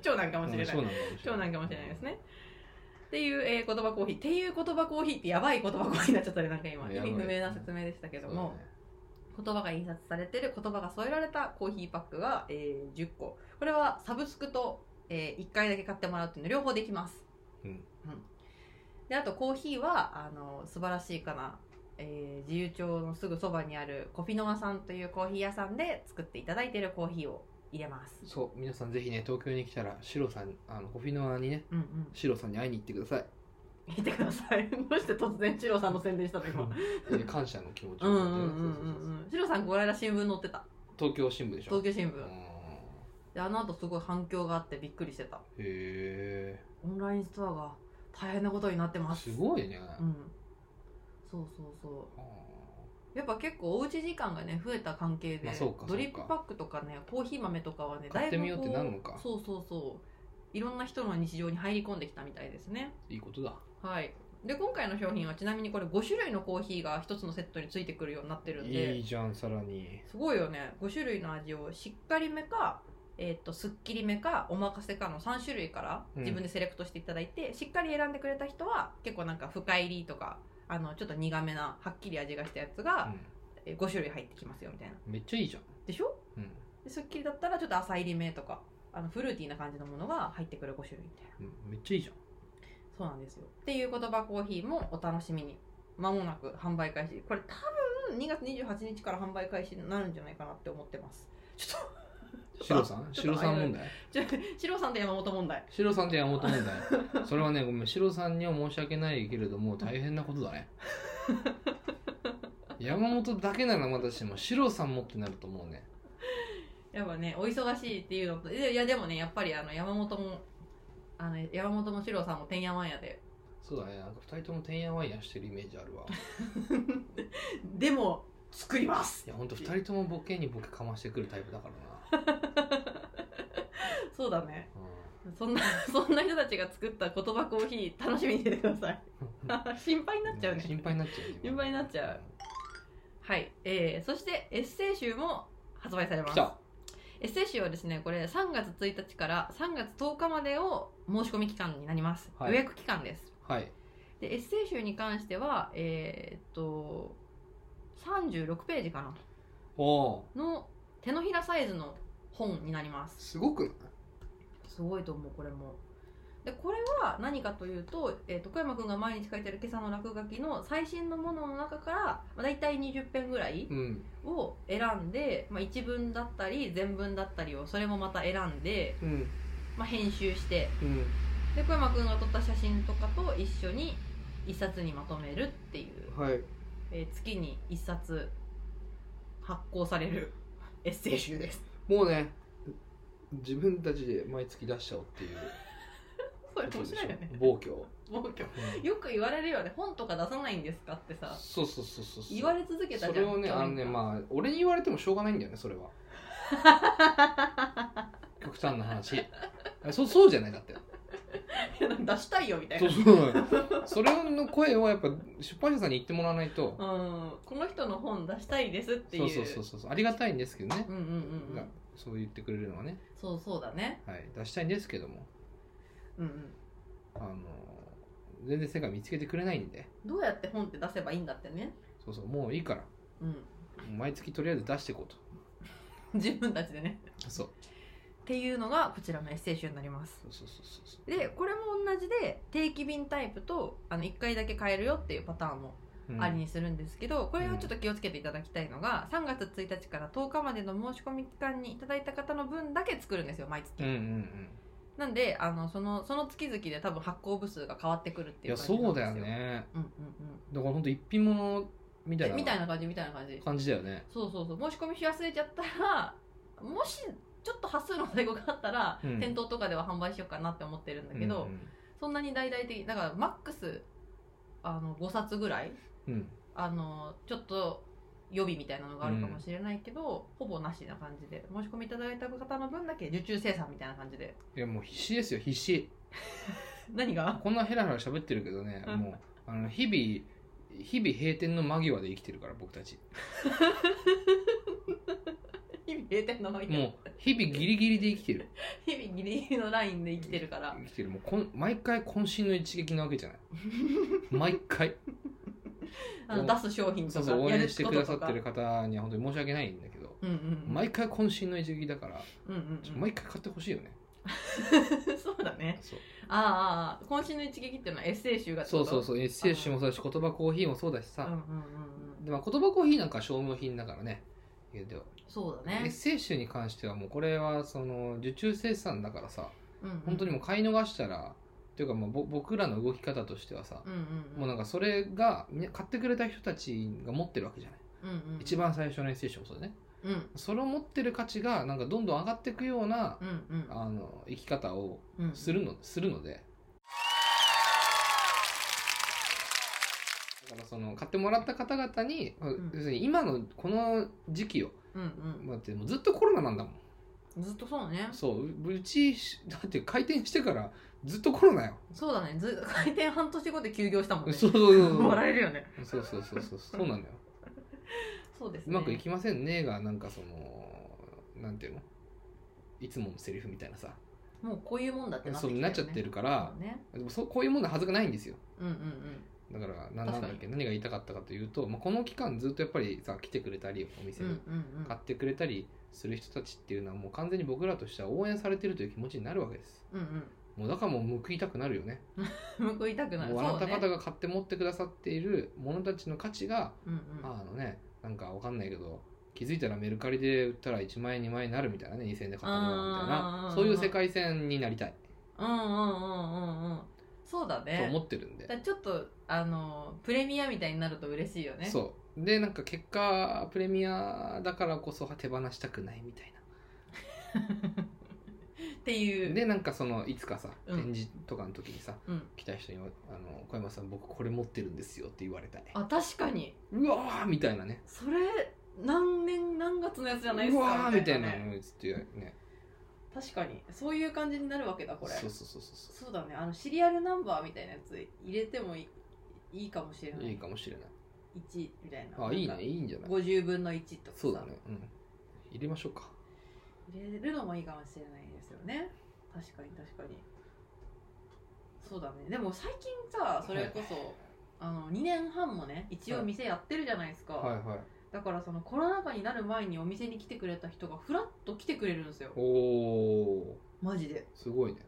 Speaker 1: 長男かもしれない
Speaker 2: うん長男かもしれ
Speaker 1: 長
Speaker 2: な
Speaker 1: 男
Speaker 2: い
Speaker 1: かもしれないですねっていう、えー言葉コーヒーっていう言葉コーヒーってやばい言葉コーヒーになっちゃったねなんか今
Speaker 2: や
Speaker 1: 意
Speaker 2: ばい
Speaker 1: 味不明な説明でしたけども、言葉が印刷されてる言葉が添えられたコーヒーパックが、えー10個これはサブスクと、え1回だけ買ってもらうっていうの両方できます、
Speaker 2: うん
Speaker 1: であとコーヒーはあの素晴らしいかな、えー自由帳のすぐそばにあるコフィノアさんというコーヒー屋さんで作っていただいているコーヒーを入れます
Speaker 2: そう皆さんぜひね東京に来たらシロさんあのコフィノアにね
Speaker 1: うんうん
Speaker 2: シロさんに会いに行ってく ださい
Speaker 1: 見てください どうして突然シロさんの宣伝したの今
Speaker 2: えー感謝の気持ち
Speaker 1: う
Speaker 2: を
Speaker 1: んう
Speaker 2: 感
Speaker 1: んうん
Speaker 2: じるそうそ
Speaker 1: ううんシロさん
Speaker 2: うそうん
Speaker 1: この間新聞載ってた
Speaker 2: そう東京新聞でしょ
Speaker 1: 東京新
Speaker 2: う
Speaker 1: 聞
Speaker 2: ん
Speaker 1: であの後すごい反響があってびっくりしてた
Speaker 2: へえ
Speaker 1: オンラインストアが大変なことになってます
Speaker 2: すごいね、
Speaker 1: うんそうそうそ
Speaker 2: あ
Speaker 1: うやっぱ結構おうち時間がね増えた関係で、
Speaker 2: まあそうかそうか
Speaker 1: ドリップパックとかねコーヒー豆とかはね
Speaker 2: 買ってみようって
Speaker 1: だいぶこ
Speaker 2: なるのか
Speaker 1: そうそうそういろんな人の日常に入り込んできたみたいですね
Speaker 2: ーいいことだ
Speaker 1: はいで今回の商品はちなみにこれ5種類のコーヒーが1つのセットについてくるようになってるんで
Speaker 2: いいじゃんさらに
Speaker 1: すごいよね5種類の味をしっかりめかえーっとすっきりめかお任せかの3種類から
Speaker 2: うん
Speaker 1: 自分でセレクトしていただいて、しっかり選んでくれた人は結構なんか深入りとかあのちょっと苦めなはっきり味がしたやつが、えー5種類入ってきますよみたいな
Speaker 2: うん、めっちゃいいじゃん、
Speaker 1: でしょ
Speaker 2: うん
Speaker 1: ですっきりだったらちょっと浅入りめとかあのフルーティーな感じのものが入ってくる5種類みたいな
Speaker 2: うん、めっちゃいいじゃん
Speaker 1: そうなんですよっていう言葉コーヒーもお楽しみにまもなく販売開始これ多分2月28日から販売開始になるんじゃないかなって思ってますちょっと
Speaker 2: シロさん
Speaker 1: ちょっと
Speaker 2: シロさん問題
Speaker 1: ちょシロさんと山本問題
Speaker 2: シロさんと山本問題それはねごめんシロさんには申し訳ないけれども大変なことだね山本だけならまだしもシロさんもってなると思うね
Speaker 1: やっぱねお忙しいっていうのとでいやでもねやっぱりあの山本もあの山本も四郎さんもてんやわんやで
Speaker 2: そうだねなんか2人ともてんやわんやしてるイメージあるわい
Speaker 1: でも作ります
Speaker 2: やほんと2人ともボケにボケかましてくるタイプだからな、
Speaker 1: そうだね
Speaker 2: う
Speaker 1: そんな そんな人たちが作った言葉コーヒー楽しみにしててください 心配になっちゃうね
Speaker 2: 心配になっちゃうね
Speaker 1: 心配になっちゃうはい、えー、そしてエッセイ集も発売されま
Speaker 2: 来
Speaker 1: す
Speaker 2: た
Speaker 1: エッセイ集はですねこれ3月1日から3月10日までを申し込み期間になります、
Speaker 2: はい
Speaker 1: 予約期間です
Speaker 2: はい
Speaker 1: でエッセイ集に関してはえーっと36ページかな
Speaker 2: おお
Speaker 1: の手のひらサイズの本になりま
Speaker 2: ー
Speaker 1: す
Speaker 2: すごくない
Speaker 1: すごいと思うこれもでこれは何かというと,、えー、と小山君が毎日書いてる今朝の落書きの最新のものの中から、まあ、大体20編ぐらい
Speaker 2: うん
Speaker 1: を選んで、まあ、一文だったり全文だったりをそれもまた選んで、
Speaker 2: うん
Speaker 1: まあ、編集して
Speaker 2: うん
Speaker 1: で小山君が撮った写真とかと一緒に一冊にまとめるっていう、
Speaker 2: はい
Speaker 1: えー月に一冊発行されるエッセイ集です
Speaker 2: もうね自分たちで毎月出しちゃおうっていう
Speaker 1: それ面白いよね
Speaker 2: 暴挙
Speaker 1: 暴挙よく言われるよね本とか出さないんですかってさ
Speaker 2: そうそうそうそう
Speaker 1: 言われ続けたじゃ
Speaker 2: そ
Speaker 1: ん
Speaker 2: れをね
Speaker 1: 去年
Speaker 2: あのね
Speaker 1: から
Speaker 2: まあ俺に言われてもしょうがないんだよねそ れは極端な話あそうそうじゃないだって
Speaker 1: 出したいよみたい
Speaker 2: そ
Speaker 1: な
Speaker 2: うそうそれの声をやっぱ出版社さんに言ってもらわないと
Speaker 1: うん、この人の本出したいですってい
Speaker 2: そう
Speaker 1: う
Speaker 2: そうそうそうそうありがたいんですけどね
Speaker 1: う、んうんうんう
Speaker 2: が
Speaker 1: ん
Speaker 2: そう言ってくれるのはね、
Speaker 1: そうそうだね
Speaker 2: はい、出したいんですけども
Speaker 1: うんうん
Speaker 2: あの全然世界見つけてくれないんで
Speaker 1: どうやって本って出せばいいんだってね
Speaker 2: そうそうもういいから
Speaker 1: うん
Speaker 2: 毎月とりあえず出していこう
Speaker 1: 自分たちでね
Speaker 2: とそう
Speaker 1: っていうのがこちらのエッセイ集になります
Speaker 2: そうそうそうそうそう
Speaker 1: でこれも同じで定期便タイプとあの1回だけ買えるよっていうパターンも
Speaker 2: うん
Speaker 1: ありにするんですけど、これはちょっと気をつけていただきたいのが3月1日から10日までの申し込み期間にいただいた方の分だけ作るんですよ毎月、
Speaker 2: うんうんうん
Speaker 1: なんであのそのその月々で多分発行部数が変わってくるって
Speaker 2: い
Speaker 1: いう
Speaker 2: や
Speaker 1: 感じ
Speaker 2: そ
Speaker 1: なん
Speaker 2: う
Speaker 1: で
Speaker 2: だ
Speaker 1: すよ
Speaker 2: よね
Speaker 1: うんうん
Speaker 2: だからほんと一品物みた
Speaker 1: う
Speaker 2: い
Speaker 1: んでみ
Speaker 2: な
Speaker 1: たいな感じみたいな感じ
Speaker 2: 感じだよね
Speaker 1: そうそうそう申し込みし忘れちゃったらもしちょっと端数の在庫があったら、
Speaker 2: うん
Speaker 1: 店頭とかでは販売しようかなって思ってるんだけど、そんなに大々的だからマックスあの5冊ぐらい
Speaker 2: うんうん
Speaker 1: あのちょっと予備みたいなのがあるかもしれないけど、ほぼなしな感じで申し込みいただいた方の分だけ受注生産みたいな感じで
Speaker 2: いやもう必死ですよ必死
Speaker 1: 何が
Speaker 2: こんなヘラヘラ喋ってるけどね
Speaker 1: うん
Speaker 2: もうあの日々日々閉店の間際で生きてるから僕たち
Speaker 1: 日々入れてんのみたいな
Speaker 2: もう日々ギリギリで生きてる
Speaker 1: 日々ギリギリのラインで生きてるから
Speaker 2: 生きてるもうこん毎回渾身の一撃なわ けじゃない毎回
Speaker 1: あの
Speaker 2: もう
Speaker 1: 出す商品
Speaker 2: そ
Speaker 1: と
Speaker 2: う
Speaker 1: か
Speaker 2: そう応
Speaker 1: やる
Speaker 2: 援
Speaker 1: こ
Speaker 2: して
Speaker 1: と
Speaker 2: くださ
Speaker 1: と
Speaker 2: っ
Speaker 1: か
Speaker 2: てる方には本当に申し訳ないんだけど、
Speaker 1: うんうんうん
Speaker 2: 毎回渾身の一撃だから
Speaker 1: うんうん
Speaker 2: ちょ
Speaker 1: うん
Speaker 2: 毎回買ってほしいよね、
Speaker 1: そうだね
Speaker 2: そう
Speaker 1: ああああ渾身の一撃っていうのはエッセイ集がってこ
Speaker 2: そ
Speaker 1: と
Speaker 2: うそうそうエッセイ集もそうだし言葉コーヒーもそうだし
Speaker 1: うんうんう
Speaker 2: さ、
Speaker 1: んうん
Speaker 2: でまあ、言葉コーヒーなんかは消耗品だからね言うては
Speaker 1: そうだ
Speaker 2: エッ
Speaker 1: ね
Speaker 2: セイ集に関してはもうこれはその受注生産だからさ本当に
Speaker 1: も
Speaker 2: もう買い逃したらっていうかまあぼ僕らの動き方としてはさ、
Speaker 1: うんうん
Speaker 2: もうなんかそれがみんな買ってくれた人たちが持ってるわけじゃない、
Speaker 1: うんうん
Speaker 2: 一番最初のエッセイ集もそうだね
Speaker 1: うん
Speaker 2: それを持ってる価値がなんかどんどん上がっていくような、
Speaker 1: うんうん
Speaker 2: あの生き方を
Speaker 1: うん
Speaker 2: するの,、するのでだからその買ってもらった方々に、
Speaker 1: ん
Speaker 2: 要するに今のこの時期を
Speaker 1: うんうん
Speaker 2: だってもうずっとコロナなんだもん
Speaker 1: ずっとそうね
Speaker 2: そうううちだって開店してからずっとコロナよ、
Speaker 1: そうだねず 開店半年後で休業したもんね
Speaker 2: そうそうそうそう
Speaker 1: 笑えるよね
Speaker 2: そうそうそうそうそ うなんだよ
Speaker 1: そうです
Speaker 2: う
Speaker 1: ね
Speaker 2: まくいきませんねがなんかそのなんていうのいつものセリフみたいなさ
Speaker 1: もうこういうもんだって
Speaker 2: そうなっちゃってるから
Speaker 1: そうね
Speaker 2: でもそうこういうものはずがないんですよ
Speaker 1: うんうんうん
Speaker 2: だからな
Speaker 1: 確かに
Speaker 2: なんだっけ何が言いたかったかというと、まあ、この期間ずっとやっぱりさ来てくれたりお店
Speaker 1: うんう
Speaker 2: に
Speaker 1: ん
Speaker 2: 買ってくれたりする人たちっていうのはもう完全に僕らとしては応援されてるという気持ちになるわけです
Speaker 1: うん
Speaker 2: もうだからもう報いたくなるよね
Speaker 1: うん報いたくなる
Speaker 2: もうあなた
Speaker 1: そう
Speaker 2: 方
Speaker 1: ね
Speaker 2: が買って持ってくださっているものたちの価値が、
Speaker 1: うんうん
Speaker 2: あのねなんかわかんないけど気づいたらメルカリで売ったら1万円2万円になるみたいなね2000円で買ったものみたい
Speaker 1: あ
Speaker 2: な
Speaker 1: ー
Speaker 2: そういう世界線になりたい
Speaker 1: うんうんうんうんうんそうだ
Speaker 2: と
Speaker 1: ね
Speaker 2: 思ってるんで、
Speaker 1: だからちょっとあのプレミアみたいになると嬉しいよね
Speaker 2: そうでなんか結果プレミアだからこそ手放したくないみたい
Speaker 1: っていう
Speaker 2: なでなんかそのいつかさ
Speaker 1: うん
Speaker 2: 展示とかの時にさ、
Speaker 1: うん
Speaker 2: 来た人に「あの小山さん僕これ持ってるんですよ」って言われたい
Speaker 1: あ確かに
Speaker 2: うわーみたいなね
Speaker 1: それ何年何月のやつじゃないです
Speaker 2: う
Speaker 1: か
Speaker 2: わーみたい
Speaker 1: ね
Speaker 2: なのつってね
Speaker 1: 確かにそういう感じになるわけだこれ
Speaker 2: そうそうそうそう
Speaker 1: そうだねあのシリアルナンバーみたいなやつ入れてもいいいいかもしれない
Speaker 2: いいかもしれない
Speaker 1: 1みたいな
Speaker 2: あいい
Speaker 1: なん
Speaker 2: ね
Speaker 1: か
Speaker 2: いいんじゃない
Speaker 1: 50分の1とかさ
Speaker 2: そうだねうん入れましょうか
Speaker 1: 入れるのもいいかもしれないですよね確かに確かにそうだねでも最近さそれこそ、あの2年半もね一応店やってるじゃないですか、
Speaker 2: はいはい
Speaker 1: だからそのコロナ禍になる前にお店に来てくれた人がふらっと来てくれるんですよ
Speaker 2: おお
Speaker 1: マジです
Speaker 2: ごいね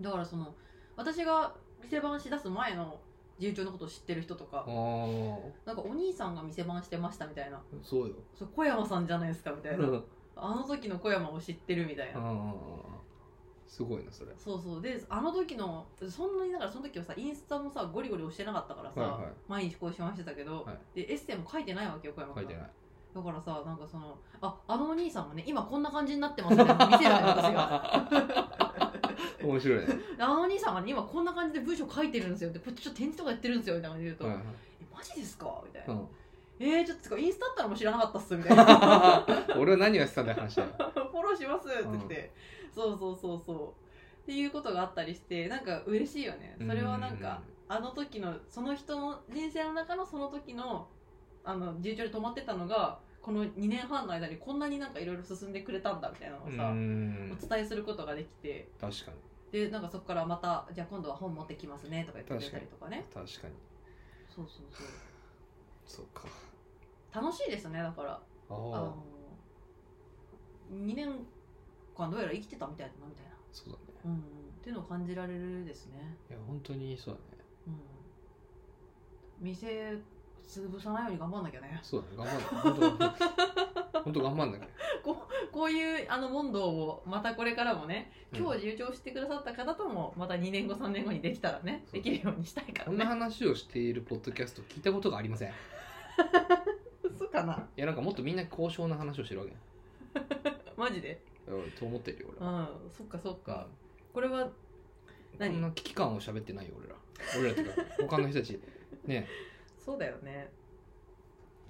Speaker 1: だからその私が店番し出す前の自由帳のことを知ってる人と
Speaker 2: あ
Speaker 1: か
Speaker 2: あー
Speaker 1: なんかお兄さんが店番してましたみたいな
Speaker 2: そうよ
Speaker 1: それ小山さんじゃないですかみたいな
Speaker 2: うん
Speaker 1: あの時の小山を知ってるみたいな、
Speaker 2: あーすごいなそれ
Speaker 1: そうそうであの時のそんなにだからその時はさインスタもさゴリゴリ押してなかったからさ、
Speaker 2: はいはい
Speaker 1: 毎日更新はしてたけど、
Speaker 2: はい
Speaker 1: でエッセイも書いてないわけよ小山
Speaker 2: 書
Speaker 1: が
Speaker 2: いてない
Speaker 1: だからさなんかそのああのお兄さんがね今こんな感じになってますね見せるね私 が
Speaker 2: 面白い ね
Speaker 1: であのお兄さんがね今こんな感じで文章書いてるんですよってこっちちょっと展示とかやってるんですよみたいな感じで言うと、
Speaker 2: はいはい
Speaker 1: えマジですかみたいな、
Speaker 2: うん
Speaker 1: えー、ちょっとつかインスタあったのも知らなかったっすみ たいな
Speaker 2: 俺は何をやってたんだよ話だよ
Speaker 1: フォローしますって言って、そうそうそうそうっていうことがあったりしてなんか嬉しいよね それはなんかあの時のその人の人生の中のその時のあの重調で止まってたのがこの2年半の間にこんなになんかいろいろ進んでくれたんだみたいなのを
Speaker 2: う
Speaker 1: さ、
Speaker 2: ん
Speaker 1: お伝えすることができて
Speaker 2: 確かに
Speaker 1: でなんかそこからまたじゃあ今度は本持ってきますねとか言ってくれたりとかね
Speaker 2: 確かに
Speaker 1: そうそうそう
Speaker 2: そうか
Speaker 1: 楽しいですねだから
Speaker 2: あ
Speaker 1: あ
Speaker 2: あ
Speaker 1: の2年間どうやら生きてたみたいだなみたいな、
Speaker 2: そうだね
Speaker 1: うんうん、っていうのを感じられるですね、
Speaker 2: いや本当にそうだね
Speaker 1: うん、店潰さないように頑張んなきゃね
Speaker 2: そうだね頑張んなきゃ本当 本当頑張んなきゃ
Speaker 1: こういうあの問答をまたこれからもね
Speaker 2: うん
Speaker 1: 今日自由帳してくださった方ともまた2年後3年後にできたらね
Speaker 2: そう
Speaker 1: できるようにしたいか
Speaker 2: こ
Speaker 1: ら
Speaker 2: んな
Speaker 1: ね
Speaker 2: 話をしているポッドキャスト聞いたことがありませんい
Speaker 1: そうかな
Speaker 2: やなんかもっとみんな高尚な話をしてるわけ
Speaker 1: マジで
Speaker 2: うんと思ってるよ
Speaker 1: う
Speaker 2: 俺は
Speaker 1: んそっかそっかこれは
Speaker 2: こ
Speaker 1: 何
Speaker 2: んな危機感を喋ってないよ俺ら俺 らっていうか他の人たちね
Speaker 1: そうだよね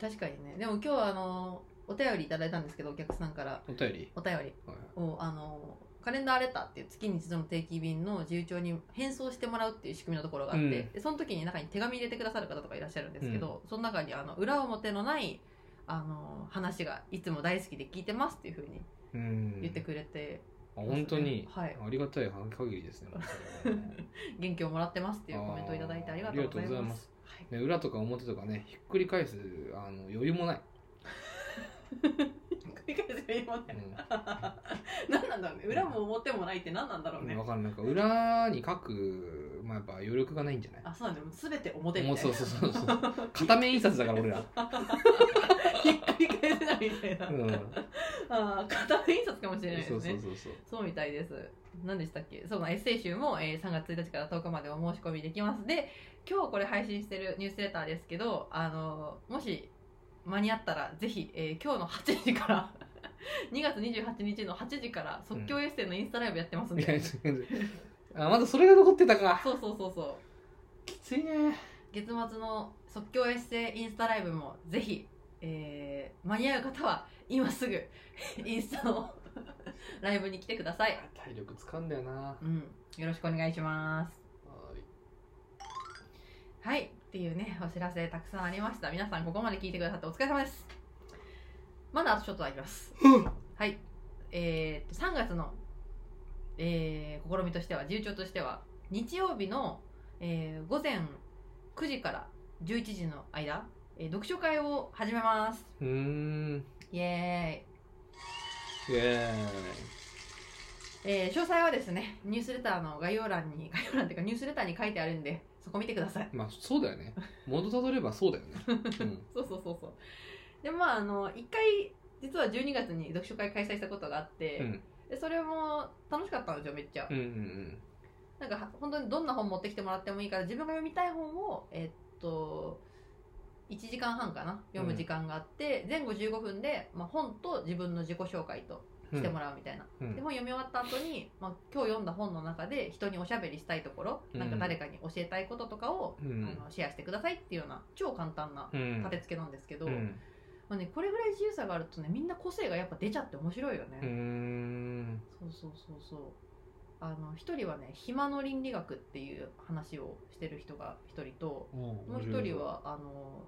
Speaker 1: 確かにねでも今日はあのお便りいただいたんですけどお客さんから
Speaker 2: お便り
Speaker 1: お便り
Speaker 2: はい
Speaker 1: をあのカレンダーレターっていう月に一度の定期便の自由帳に返送してもらうっていう仕組みのところがあって、
Speaker 2: うん
Speaker 1: でその時に中に手紙入れてくださる方とかいらっしゃるんですけど、その中にあの裏表のないあの話がいつも大好きで聞いてますっていうふうに
Speaker 2: うん
Speaker 1: 言ってくれて、
Speaker 2: あ本当に、
Speaker 1: はい
Speaker 2: ありがたい限りですねもうそれはね
Speaker 1: 元気をもらってますっていうコメントをいただいてありがとうござい
Speaker 2: あーありがとうござい
Speaker 1: ま
Speaker 2: ます
Speaker 1: す。はい
Speaker 2: ね裏とか表とかねひっくり返すあの余裕もない
Speaker 1: 繰り返すよ今ね。何なんだろうね。裏も表もないって何なんだろうね
Speaker 2: 分。かんないなんか裏に書く、まあ、やっぱ余力がないんじゃない
Speaker 1: あ、そうなんだよ。すべて表み
Speaker 2: もう
Speaker 1: たい
Speaker 2: そ
Speaker 1: な
Speaker 2: う。そうそうそう片面印刷だから俺ら、
Speaker 1: ひっくり返せないみたいな。
Speaker 2: うん、
Speaker 1: ああ、片面印刷かもしれないです
Speaker 2: そ
Speaker 1: ね。
Speaker 2: うそうそうそう
Speaker 1: そうみたいです。何でしたっけそうなエッセイ集も、えー3月1日から10日までお申し込みできます。で、今日これ配信してるニュースレターですけど、あのーもし間に合ったら、ぜひ、えー今日の8時から、2月28日の8時から即興エッセイのインスタライブやってますん
Speaker 2: い
Speaker 1: で。
Speaker 2: やあまだそれが残ってたか
Speaker 1: そうそうそうそう。
Speaker 2: きついね
Speaker 1: 月末の即興エッセイインスタライブもぜひ、えー間に合う方は今すぐインスタの ライブに来てください。
Speaker 2: 体力つかんだよなは
Speaker 1: うん、よろしくお願いします。
Speaker 2: い
Speaker 1: はいっていうねお知らせたくさんありました皆さんここまで聞いてくださってお疲れ様ですまだあとちょっとありますはいえー、と3月の、えー試みとしては重長としては日曜日の、えー午前9時から11時の間、えー読書会を始めます
Speaker 2: うーん
Speaker 1: イエーイ
Speaker 2: イエ
Speaker 1: えー詳細はですねニュースレターの概要欄に概要欄っていうかニュースレターに書いてあるんでそこ見てください
Speaker 2: ーイまあそうだよね元たどればそ うだよね、うん、
Speaker 1: そうそうそうそうでまああの一回実は12月に読書会開催したことがあって、
Speaker 2: うん
Speaker 1: でそれも楽しかったんですよめっちゃ、
Speaker 2: うんうん
Speaker 1: なんか本当にどんな本持ってきてもらってもいいから自分が読みたい本をえっと1時間半かな読む時間があって、前後15分で、まあ、本と自分の自己紹介と
Speaker 2: うん
Speaker 1: してもらうみたいな、
Speaker 2: うん
Speaker 1: で本読み終わった後に、まあ、今日読んだ本の中で人におしゃべりしたいところ、なんか誰かに教えたいこととかを、
Speaker 2: うん
Speaker 1: あのシェアしてくださいっていうような超簡単な
Speaker 2: うん
Speaker 1: 立て付けなんですけど、
Speaker 2: うん
Speaker 1: まあね、これぐらい自由さがあるとねみんな個性がやっぱ出ちゃって面白いよね、
Speaker 2: うーん
Speaker 1: そうそうそうそうあの一人はね暇の倫理学っていう話をしてる人が一人とも
Speaker 2: も
Speaker 1: う一人はあの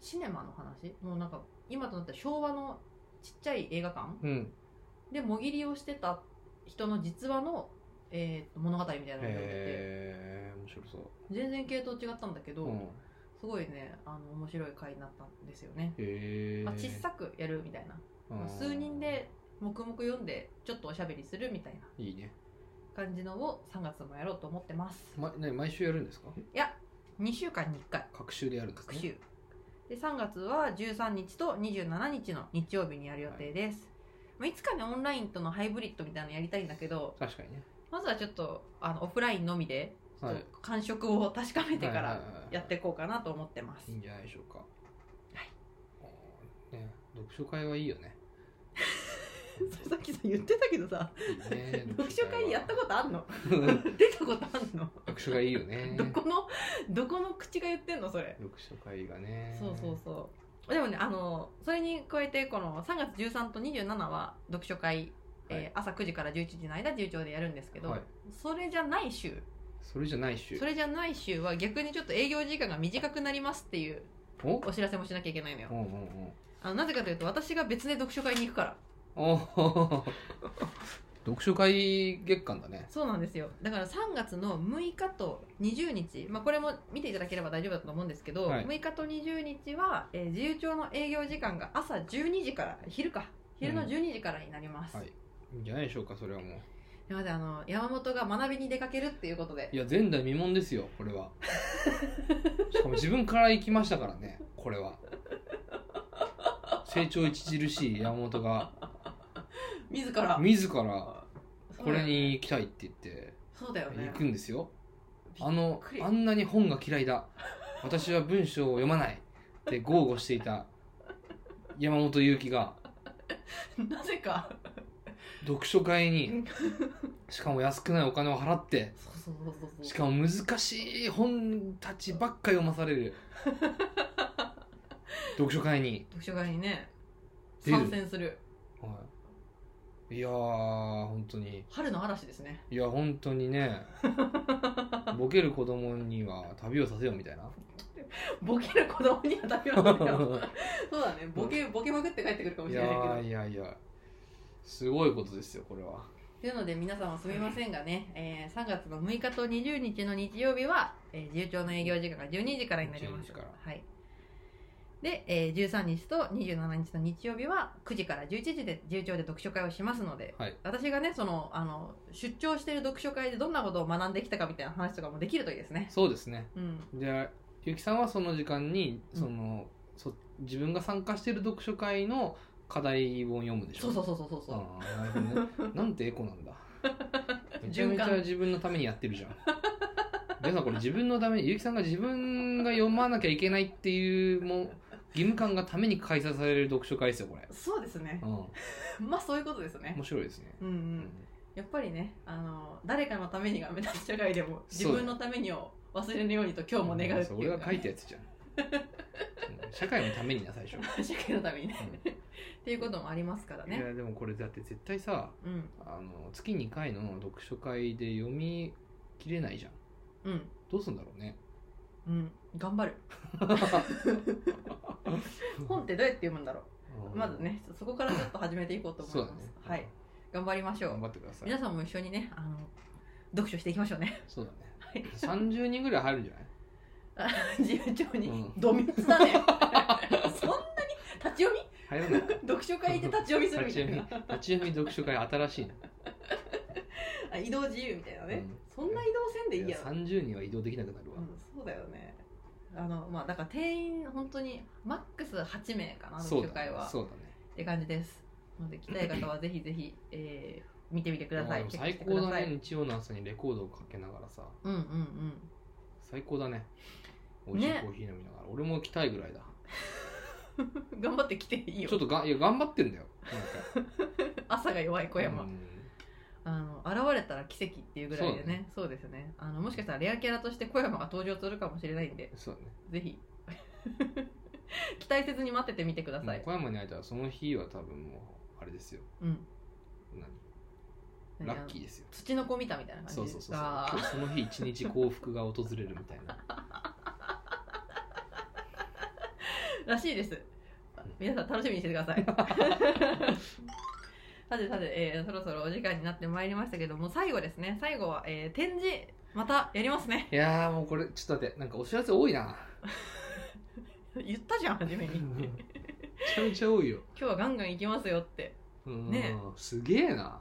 Speaker 1: シネマの話もうなんか今となっては昭和のちっちゃい映画館
Speaker 2: うん
Speaker 1: でもぎりをしてた人の実話の、えー物語みたいなのを読んで
Speaker 2: へえ面白そう
Speaker 1: て全然系統違ったんだけど、
Speaker 2: うん
Speaker 1: すごいねあの面白い回になったんですよね、
Speaker 2: へえ
Speaker 1: まあ、小さくやるみたいなまあ数人で黙々読んでちょっとおしゃべりするみたいない
Speaker 2: いね
Speaker 1: 感じのを3月もやろうと思ってます
Speaker 2: ま、何毎週やるんですか
Speaker 1: いや2週間に1回
Speaker 2: 各週でやるんです
Speaker 1: 各
Speaker 2: ね
Speaker 1: 週で3月は13日と27日の日曜日にやる予定です、まあいつかねオンラインとのハイブリッドみたいなのやりたいんだけど
Speaker 2: 確かにね
Speaker 1: まずはちょっとあのオフラインのみでちょっ
Speaker 2: は
Speaker 1: と
Speaker 2: い
Speaker 1: 感触を確かめてか
Speaker 2: はい
Speaker 1: ら
Speaker 2: はいはいはい
Speaker 1: やっていこうかなと思ってます
Speaker 2: いいんじゃないでしょうかはいね読書会はいいよね
Speaker 1: そ れさっきさ言ってたけどさ
Speaker 2: いいね
Speaker 1: 読書会やった
Speaker 2: こ
Speaker 1: ことあんの
Speaker 2: と
Speaker 1: 出たことあんの
Speaker 2: 読書会いいよね
Speaker 1: どこのどこの口が言ってんのそれ
Speaker 2: 読書会がね
Speaker 1: そうそうそうでもねあのそれに加えてこの3月13と27は読書会、
Speaker 2: はい
Speaker 1: えー朝9時から11時の間自由帳でやるんですけど、
Speaker 2: はい
Speaker 1: それじゃない週
Speaker 2: それじゃない週
Speaker 1: それじゃない週は逆にちょっと営業時間が短くなりますっていう
Speaker 2: お
Speaker 1: お知らせもしなきゃいけないのよ
Speaker 2: うんうん
Speaker 1: あのなぜかというと私が別で読書会に行くから
Speaker 2: うんお 読書会月間だね
Speaker 1: そうなんですよだから3月の6日と20日、まあ、これも見ていただければ大丈夫だと思うんですけど、
Speaker 2: はい
Speaker 1: 6日と20日は、えー自由帳の営業時間が朝12時から昼か昼の12時からになります、
Speaker 2: はいいいんじゃないでしょうかそれはも
Speaker 1: まずあの山本が学びに出かけるっていうことで
Speaker 2: ういや前代未聞ですよこれ はしかも自分から行きましたからねこれは成長著しい山本が
Speaker 1: 自ら
Speaker 2: 自らこれに行きたいって言って
Speaker 1: そうだよね
Speaker 2: 行くんですよあの
Speaker 1: びっくり
Speaker 2: あんなに本が嫌いだ私は文章を読まないって豪語していた山本祐希が
Speaker 1: なぜか
Speaker 2: 読書会
Speaker 1: う
Speaker 2: に
Speaker 1: ん
Speaker 2: しかも安くないお金を払って
Speaker 1: そうそうそうそうそう
Speaker 2: しかも難しい本たちばっか読まさ れる読書会に、
Speaker 1: 読書会にね
Speaker 2: 出る
Speaker 1: 参戦する
Speaker 2: はい、いやー本当に
Speaker 1: 春の嵐ですね
Speaker 2: いや本当 にねボケる子供には旅をさせようみたいな
Speaker 1: ボケる子供に は食べるんだよそうだねボケボケまくって帰ってくるかも
Speaker 2: い
Speaker 1: しれ
Speaker 2: や
Speaker 1: ないけど
Speaker 2: ーいやいやすごいことですよこれは
Speaker 1: というので皆様すみませんがね、えー3月の6日と20日の日曜日は、えー自由帳の営業時間が12時からになりま
Speaker 2: 12
Speaker 1: す
Speaker 2: 時から
Speaker 1: はいで、えー13日と27日の日曜日は9時から11時で自由帳で読書会をしますので、
Speaker 2: はい
Speaker 1: 私がねそのあの出張してる読書会でどんなことを学んできたかみたいな話とかもできるといいですね
Speaker 2: そうですね
Speaker 1: うん
Speaker 2: じゃあゆきさんはその時間に
Speaker 1: うん
Speaker 2: その、そ自分が参加している読書会の課題本読むでしょ
Speaker 1: そうそうそうそうそうそう
Speaker 2: あーなるほど ねなんてエコなんだめちゃめ
Speaker 1: 循
Speaker 2: ちゃ
Speaker 1: 環
Speaker 2: 自分のためにやってるじゃん皆さんこれ自分のために結城さんが自分が読まなきゃいけないっていうもう義務感がために開催される読書会ですよこれ、
Speaker 1: そうですね
Speaker 2: うん、
Speaker 1: まあそういうことですね
Speaker 2: 面白いですね、
Speaker 1: うんうんやっぱりねあの誰かのためにが目立つ社会でも自
Speaker 2: そう
Speaker 1: 分のためにを忘れるようにと今日も願うって
Speaker 2: そう
Speaker 1: い
Speaker 2: 俺
Speaker 1: う
Speaker 2: が
Speaker 1: か
Speaker 2: 書いたやつじゃんうん社会のためにな最初、
Speaker 1: 社会のためにね
Speaker 2: う
Speaker 1: っていうこともありますから
Speaker 2: んい
Speaker 1: ね
Speaker 2: やでもこれだって絶対さ
Speaker 1: うん
Speaker 2: あの月2回の読書会で読み切れないじゃん
Speaker 1: うん
Speaker 2: どうすんだろ うね
Speaker 1: うん頑張る本ってどうやって読むんだろうまずねそこからちょっと始めていこうと思い
Speaker 2: そう
Speaker 1: ま
Speaker 2: だ
Speaker 1: す
Speaker 2: ね、
Speaker 1: はい頑張りましょ
Speaker 2: 頑
Speaker 1: う
Speaker 2: 張ってください
Speaker 1: 皆さんも一緒にねあの読書していきましょうね
Speaker 2: そうだね
Speaker 1: はい
Speaker 2: 30人ぐらい入るんじゃない
Speaker 1: 自由帳に
Speaker 2: うん
Speaker 1: どみつだね そんなに立ち読み
Speaker 2: 入らない
Speaker 1: 読書会で立ち読みするみ たい
Speaker 2: 立ち読み
Speaker 1: な
Speaker 2: 立ち読み読書会新しいな
Speaker 1: あ移動自由みたいなね、
Speaker 2: うん
Speaker 1: そんな移動せんでいい
Speaker 2: いや
Speaker 1: やろ
Speaker 2: 30人は移動できなくなるわ、
Speaker 1: うん、そうだよねあのまあだから定員本当にマックス8名かな
Speaker 2: そ
Speaker 1: 読
Speaker 2: う
Speaker 1: 書
Speaker 2: だね
Speaker 1: 会はっ
Speaker 2: そうだね
Speaker 1: て感じですので来たい方はぜひぜひ、えー見てみてくださ
Speaker 2: あ
Speaker 1: い
Speaker 2: でも
Speaker 1: チェック
Speaker 2: 最
Speaker 1: して
Speaker 2: 高
Speaker 1: く
Speaker 2: だ
Speaker 1: さい
Speaker 2: ね日曜の朝にレコードをかけながらさ
Speaker 1: うんうんうん
Speaker 2: 最高だね美味しい
Speaker 1: ね
Speaker 2: コーヒー飲みながら、俺も来たいぐらいだ
Speaker 1: 頑張ってきていいよ
Speaker 2: ちょっとがいや頑張ってんだよなんか
Speaker 1: 朝が弱い小山、
Speaker 2: うん
Speaker 1: あの現れたら奇跡っていうぐらいでねそうですねあのもしかしたらレアキャラとして小山が登場するかもしれないんで
Speaker 2: そうだね
Speaker 1: ぜひ 期待せずに待っててみてくださ
Speaker 2: もう
Speaker 1: い、
Speaker 2: 小山に会えたらその日は多分もうあれですよ
Speaker 1: うん、
Speaker 2: 何ラッキーですよ
Speaker 1: 土の子見たみたいな感じ
Speaker 2: そうそうそうそう
Speaker 1: あ
Speaker 2: 今
Speaker 1: ー
Speaker 2: 日その日一日幸福が訪れるみた いな
Speaker 1: らしいです皆さん楽しみにしててくださ いさてさて、えーそろそろお時間になってまいりましたけども最後ですね最後は、えー展示またやりますね
Speaker 2: いやーもうこれちょっと待ってなんかお知らせ多いな
Speaker 1: 言ったじゃん初めに
Speaker 2: め
Speaker 1: 今
Speaker 2: ちゃめちゃ多いよ
Speaker 1: 日はガンガン行きますよって
Speaker 2: うん
Speaker 1: ね
Speaker 2: すげえな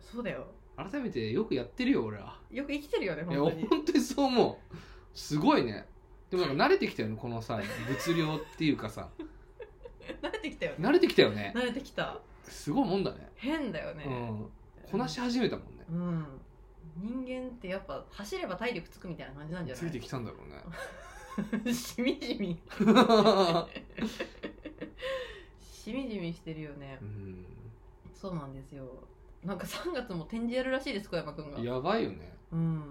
Speaker 1: そうだよ
Speaker 2: 改めてよくやってるよ俺は
Speaker 1: よく生きてるよね
Speaker 2: いや
Speaker 1: 本当に
Speaker 2: 本当にそう思うすごいねでもなんか慣れてきたよねこのさ物量っていうかさ
Speaker 1: 慣れてきたよね
Speaker 2: 慣れてきたよね
Speaker 1: 慣れてきた
Speaker 2: すごいもんだね
Speaker 1: 変だよね、
Speaker 2: うんこなし始めたもんね
Speaker 1: うん人間ってやっぱ走れば体力つくみたいな感じなんじゃ
Speaker 2: つい
Speaker 1: な
Speaker 2: て
Speaker 1: い
Speaker 2: きたんだろう ね
Speaker 1: しみじみしみじみしてるよね
Speaker 2: うん
Speaker 1: そうなんですよなんか3月も展示やるらしいです小山くんが
Speaker 2: やばいよね
Speaker 1: うん。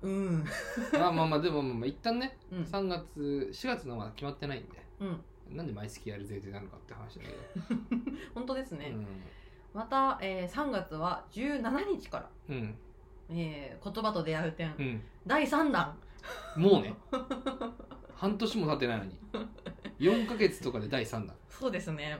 Speaker 1: うん。
Speaker 2: まあまあまあでもまあまあ一旦ね
Speaker 1: うん。
Speaker 2: 3月4月のはまだ決まってないんで
Speaker 1: うん。
Speaker 2: なんで毎月やる前提なのかって話だけど、
Speaker 1: 本当です ね。
Speaker 2: う
Speaker 1: また、えー、3月は17日から、
Speaker 2: んうん
Speaker 1: えー、言葉と出会う展、
Speaker 2: うん
Speaker 1: 第3弾。
Speaker 2: もうね 半年も経ってないのに4ヶ月とかで第3弾
Speaker 1: そうですね。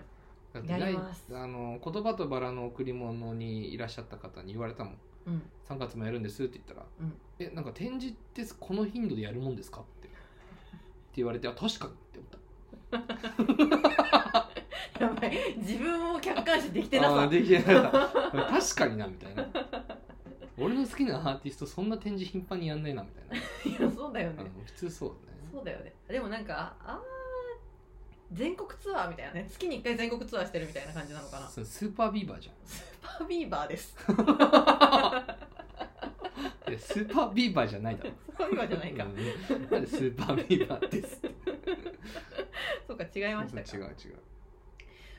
Speaker 2: だって
Speaker 1: やり
Speaker 2: 第
Speaker 1: ます
Speaker 2: あの言葉とバラの贈り物にいらっしゃった方に言われたもん
Speaker 1: うん。
Speaker 2: 3月もやるんですって言ったら「
Speaker 1: うん
Speaker 2: えなんか展示ってこの頻度でやるもんですか?」ってって言われて「あ確かに」って思った
Speaker 1: やばい。自分を客観視できてな
Speaker 2: あー
Speaker 1: さ。
Speaker 2: できてなかった確かになみたいな俺の好きなアーティストそんな展示頻繁にやんないなみたい
Speaker 1: いや、そうだよ
Speaker 2: な、
Speaker 1: ね。
Speaker 2: うん普通そうだね
Speaker 1: そうだよね。でもなんか、あー、全国ツアーみたいなね。月に1回全国ツアーしてるみたいな感じなのか な。ス
Speaker 2: そうスーパービーバーじゃん
Speaker 1: ーパービーバー です。
Speaker 2: いやスーパービーバーじゃないだろ
Speaker 1: スーパービーバーじゃないか
Speaker 2: う。んなんでスーパービーバーですって
Speaker 1: そうか、違いましたか。
Speaker 2: 違う違う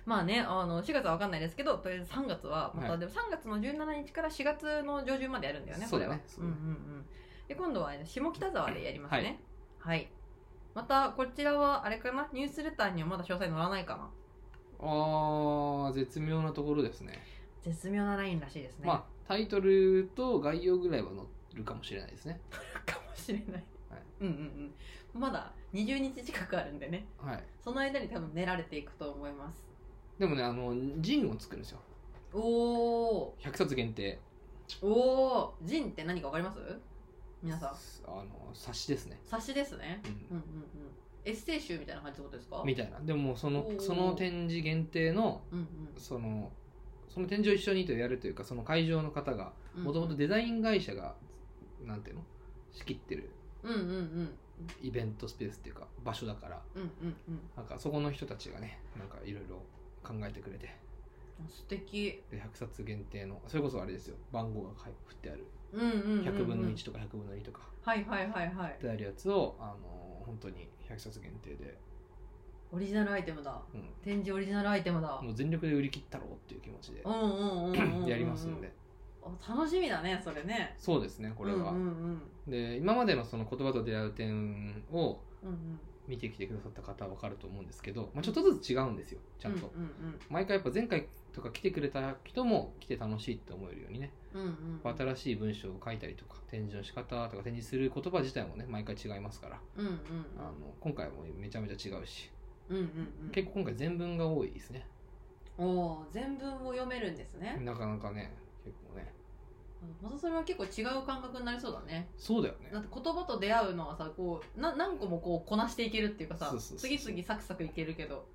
Speaker 1: まあね、あの4月は分かんないですけど、とりあえず3月は、また、
Speaker 2: はい
Speaker 1: でも3月の17日から4月の上旬までやるんだよね、
Speaker 2: そうだね
Speaker 1: これは
Speaker 2: そうだ
Speaker 1: ん
Speaker 2: ね
Speaker 1: うんうん。で、今度は下北沢でやりますね。はい。また、こちらは、あれかな、ニュースレターにはまだ詳細載らないかな。
Speaker 2: あー絶妙なところですね
Speaker 1: 絶妙なラインらしいですね。
Speaker 2: まあタイトルと概要ぐらいは載るかもしれないですね
Speaker 1: かもしれない。
Speaker 2: はい
Speaker 1: うんうんうん。まだ20日近くあるんでね、
Speaker 2: はい
Speaker 1: その間に多分練られていくと思います。
Speaker 2: でもねあのジンを作るんですよ
Speaker 1: おー
Speaker 2: 100冊限定
Speaker 1: おージンって何かわかります皆さん
Speaker 2: すあの冊子ですね、
Speaker 1: 冊子ですね
Speaker 2: うん
Speaker 1: うんうんうんエッセイ集みたいな感じってことですか
Speaker 2: みたいなでもその
Speaker 1: おー
Speaker 2: その展示限定の
Speaker 1: うんうん
Speaker 2: そのその展示を一緒にとやるというかその会場の方が
Speaker 1: うん
Speaker 2: もともとデザイン会社がなんていうの仕切ってる
Speaker 1: うんうんうん
Speaker 2: イベントスペースっていうか場所だから
Speaker 1: うんうんうん
Speaker 2: なんかそこの人たちがねなんかいろいろ考えてくれて
Speaker 1: 素敵
Speaker 2: で100冊限定のそれこそあれですよ番号が書い振ってある
Speaker 1: うんうんうんうん
Speaker 2: 100分の1とか100分の2とか
Speaker 1: はいはいはいはい
Speaker 2: 振ってあるやつをあのー本当に100冊限定で、
Speaker 1: オリジナルアイテムだ
Speaker 2: うん、
Speaker 1: 展示オリジナルアイテムだ
Speaker 2: もう全力で売り切ったろうっていう気持ちで
Speaker 1: うんうんうんうんうん
Speaker 2: やりますので
Speaker 1: お楽しみだねそれね
Speaker 2: そうですねこれは
Speaker 1: うんうんうん
Speaker 2: で今までのその言葉と出会う点を
Speaker 1: うんうん
Speaker 2: 見てきてくださった方は分かると思うんですけど、まあ、ちょっとずつ違うんですよちゃんと、
Speaker 1: うんうん
Speaker 2: 毎回やっぱ前回とか来てくれた人も来て楽しいって思えるようにね
Speaker 1: うんうんうん
Speaker 2: 新しい文章を書いたりとか展示の仕方とか展示する言葉自体もね毎回違いますから
Speaker 1: うんうん
Speaker 2: あの今回もめちゃめちゃ違うし
Speaker 1: うんうんうん
Speaker 2: 結構今回全文が多いですね
Speaker 1: おー全文を読めるんですね
Speaker 2: なかなかね結構ね
Speaker 1: またそれは結構違う感覚になりそうだね
Speaker 2: そうだよね
Speaker 1: だって言葉と出会うのはさこうな何個もこうこなしていけるっていうかさ
Speaker 2: そうそうそうそう
Speaker 1: 次々サクサクいけるけど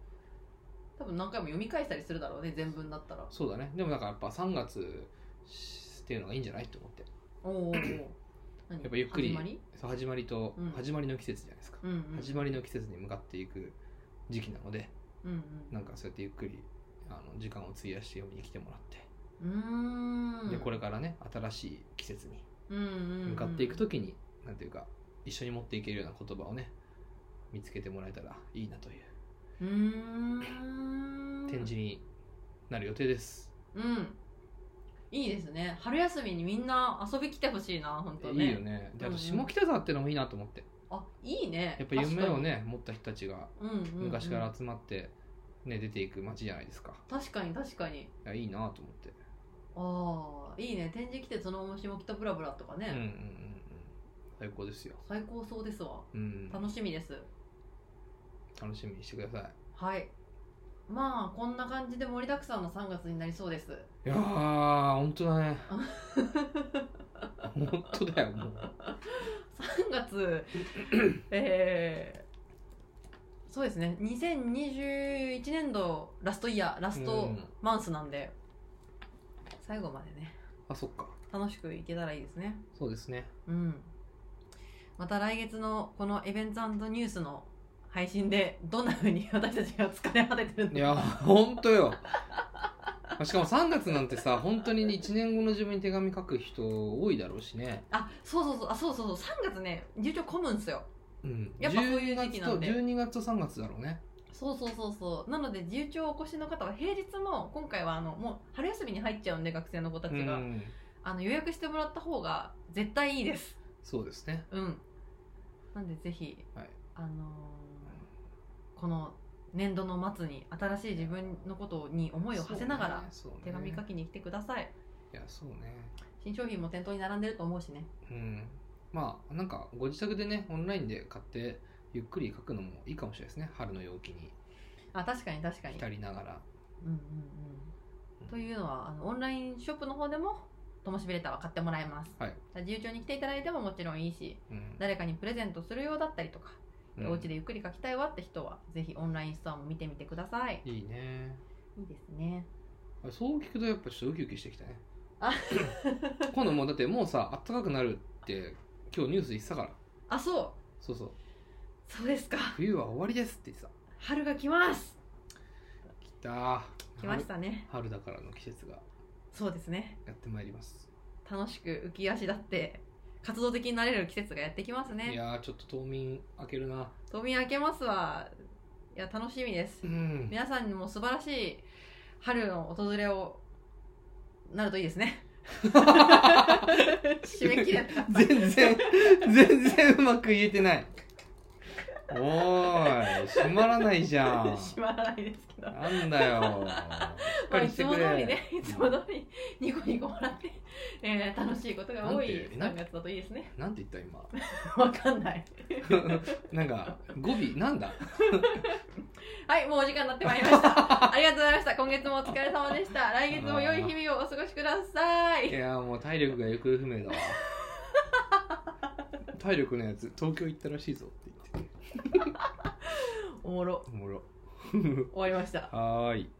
Speaker 1: 多分何回も読み返したりするだろうね全文だったら
Speaker 2: そうだねでもなんかやっぱ3月っていうのがいいんじゃないと思って
Speaker 1: おーおー
Speaker 2: やっぱゆっくり
Speaker 1: 始まり
Speaker 2: そう始まりと、
Speaker 1: うん
Speaker 2: 始まりの季節じゃないですか、
Speaker 1: うんうん
Speaker 2: 始まりの季節に向かっていく時期なので
Speaker 1: うんう
Speaker 2: なんかそうやってゆっくりあの時間を費やして読みに来てもらって、
Speaker 1: うーん
Speaker 2: でこれからね新しい季節に向
Speaker 1: 向
Speaker 2: かっていく時に、なんていうか一緒に持っていけるような言葉をね見つけてもらえたらいいなという
Speaker 1: うーん
Speaker 2: 展示になる予定です、
Speaker 1: うんいいですね春休みにみんな遊び来てほしいな本当ね
Speaker 2: いいよねであと
Speaker 1: うんうん
Speaker 2: 下北沢ってのもいいなと思って、
Speaker 1: あいいね
Speaker 2: やっぱ夢をね持った人たちが
Speaker 1: 確かにうんうんうん
Speaker 2: 昔から集まって、ね、出ていく街じゃないですか
Speaker 1: 確かに確かに
Speaker 2: いやいいなと思って、
Speaker 1: ああいいね展示来てそのまま下北ブラブラとかね、
Speaker 2: うんうんうんうん最高ですよ、
Speaker 1: 最高そうですわ
Speaker 2: うん、
Speaker 1: 楽しみです、
Speaker 2: 楽しみにしてください
Speaker 1: はいまあこんな感じで盛りだくさんの3月になりそうです
Speaker 2: いやー本当だ ね本当だよもう
Speaker 1: 3月 えーそうですね2021年度ラストイヤーラス
Speaker 2: う
Speaker 1: ト
Speaker 2: ん
Speaker 1: マンスなんで、最後までね
Speaker 2: あそっか
Speaker 1: 楽しくいけたらいいですね
Speaker 2: そうですね
Speaker 1: うんまた来月のこのイベントニュースの配信でどんな風に私たちが疲れ果ててる
Speaker 2: い
Speaker 1: の
Speaker 2: や
Speaker 1: か
Speaker 2: 本当よしかも3月なんてさ本当に1年後の自分に手紙書く人多いだろうしね、
Speaker 1: あそうそうそうあそうそうそう3月ね流暢混むんですよ
Speaker 2: うん、
Speaker 1: やっぱそういう時期
Speaker 2: 月
Speaker 1: な
Speaker 2: と
Speaker 1: んで
Speaker 2: 12月と3月だろうね
Speaker 1: そうそうそうそうなので自由帳をお越しの方は平日も今回はあのもう春休みに入っちゃうんで学生の子たち
Speaker 2: う
Speaker 1: が、
Speaker 2: ん
Speaker 1: あの予約してもらった方が絶対いいです
Speaker 2: そうですね
Speaker 1: うんなんでぜひ、
Speaker 2: はい
Speaker 1: あのーこの年度の末に新しい自分のことに思いを馳せながら
Speaker 2: そうね
Speaker 1: 手紙書
Speaker 2: そうね
Speaker 1: きに来てください
Speaker 2: いやそうね
Speaker 1: 新商品も店頭に並んでると思うしね
Speaker 2: うんまあなんかご自宅でねオンラインで買ってゆっくり書くのもいいかもしれないですね春の陽気に
Speaker 1: あ確かに確かに
Speaker 2: 浸りながら
Speaker 1: うんうんうんというのはあのオンラインショップの方でもともしびレターは買ってもらえます、
Speaker 2: はい、
Speaker 1: 自由帳に来ていただいてももちろんいいし
Speaker 2: うん
Speaker 1: 誰かにプレゼントするようだったりとか、
Speaker 2: うん
Speaker 1: お家でゆっくり書きたいわって人はぜひオンラインストアも見てみてください
Speaker 2: いいね
Speaker 1: いいですね
Speaker 2: そう聞くとやっぱちょっとウキウキしてきたね
Speaker 1: あ
Speaker 2: 今度もうだってもうさあったかくなるって今日ニュースで言ってたから
Speaker 1: あそう
Speaker 2: そうそう
Speaker 1: そうですか
Speaker 2: 冬は終わりですって言ってた
Speaker 1: 春が来ます
Speaker 2: 来た
Speaker 1: 来ましたたね
Speaker 2: 春春だからの季節が
Speaker 1: そうですね
Speaker 2: やってまいります、
Speaker 1: 楽しく浮き足立って活動的になれる季節がやってきます
Speaker 2: い
Speaker 1: ね
Speaker 2: やーちょっと冬眠開けるな
Speaker 1: 冬眠明けますはいや楽しみです
Speaker 2: うん
Speaker 1: 皆さんにも素晴らしい春の訪れをなるといいです ね締め切れた
Speaker 2: 全然全然うまく言えてないおーい閉まらないじゃん
Speaker 1: 閉まらないですけど、ま
Speaker 2: なん だよしっか
Speaker 1: あ、
Speaker 2: り
Speaker 1: い
Speaker 2: して
Speaker 1: つ
Speaker 2: く
Speaker 1: も
Speaker 2: れ
Speaker 1: 通りねいつも通りニコニコ笑って、えー楽しいことが多い
Speaker 2: なん
Speaker 1: 3月だといいです ね
Speaker 2: なんて言った今
Speaker 1: わかん ない
Speaker 2: なんか語尾な んだ
Speaker 1: はいもうお時間になってまいりましたありがとうございました今月もお疲れ様でした来月も良い日々をお過ごしくださ
Speaker 2: い
Speaker 1: い
Speaker 2: やーもう体力が行方不明だわ体力のやつ東京行ったらしいぞって言って
Speaker 1: おもろ
Speaker 2: おもろ
Speaker 1: 終わりました
Speaker 2: はーい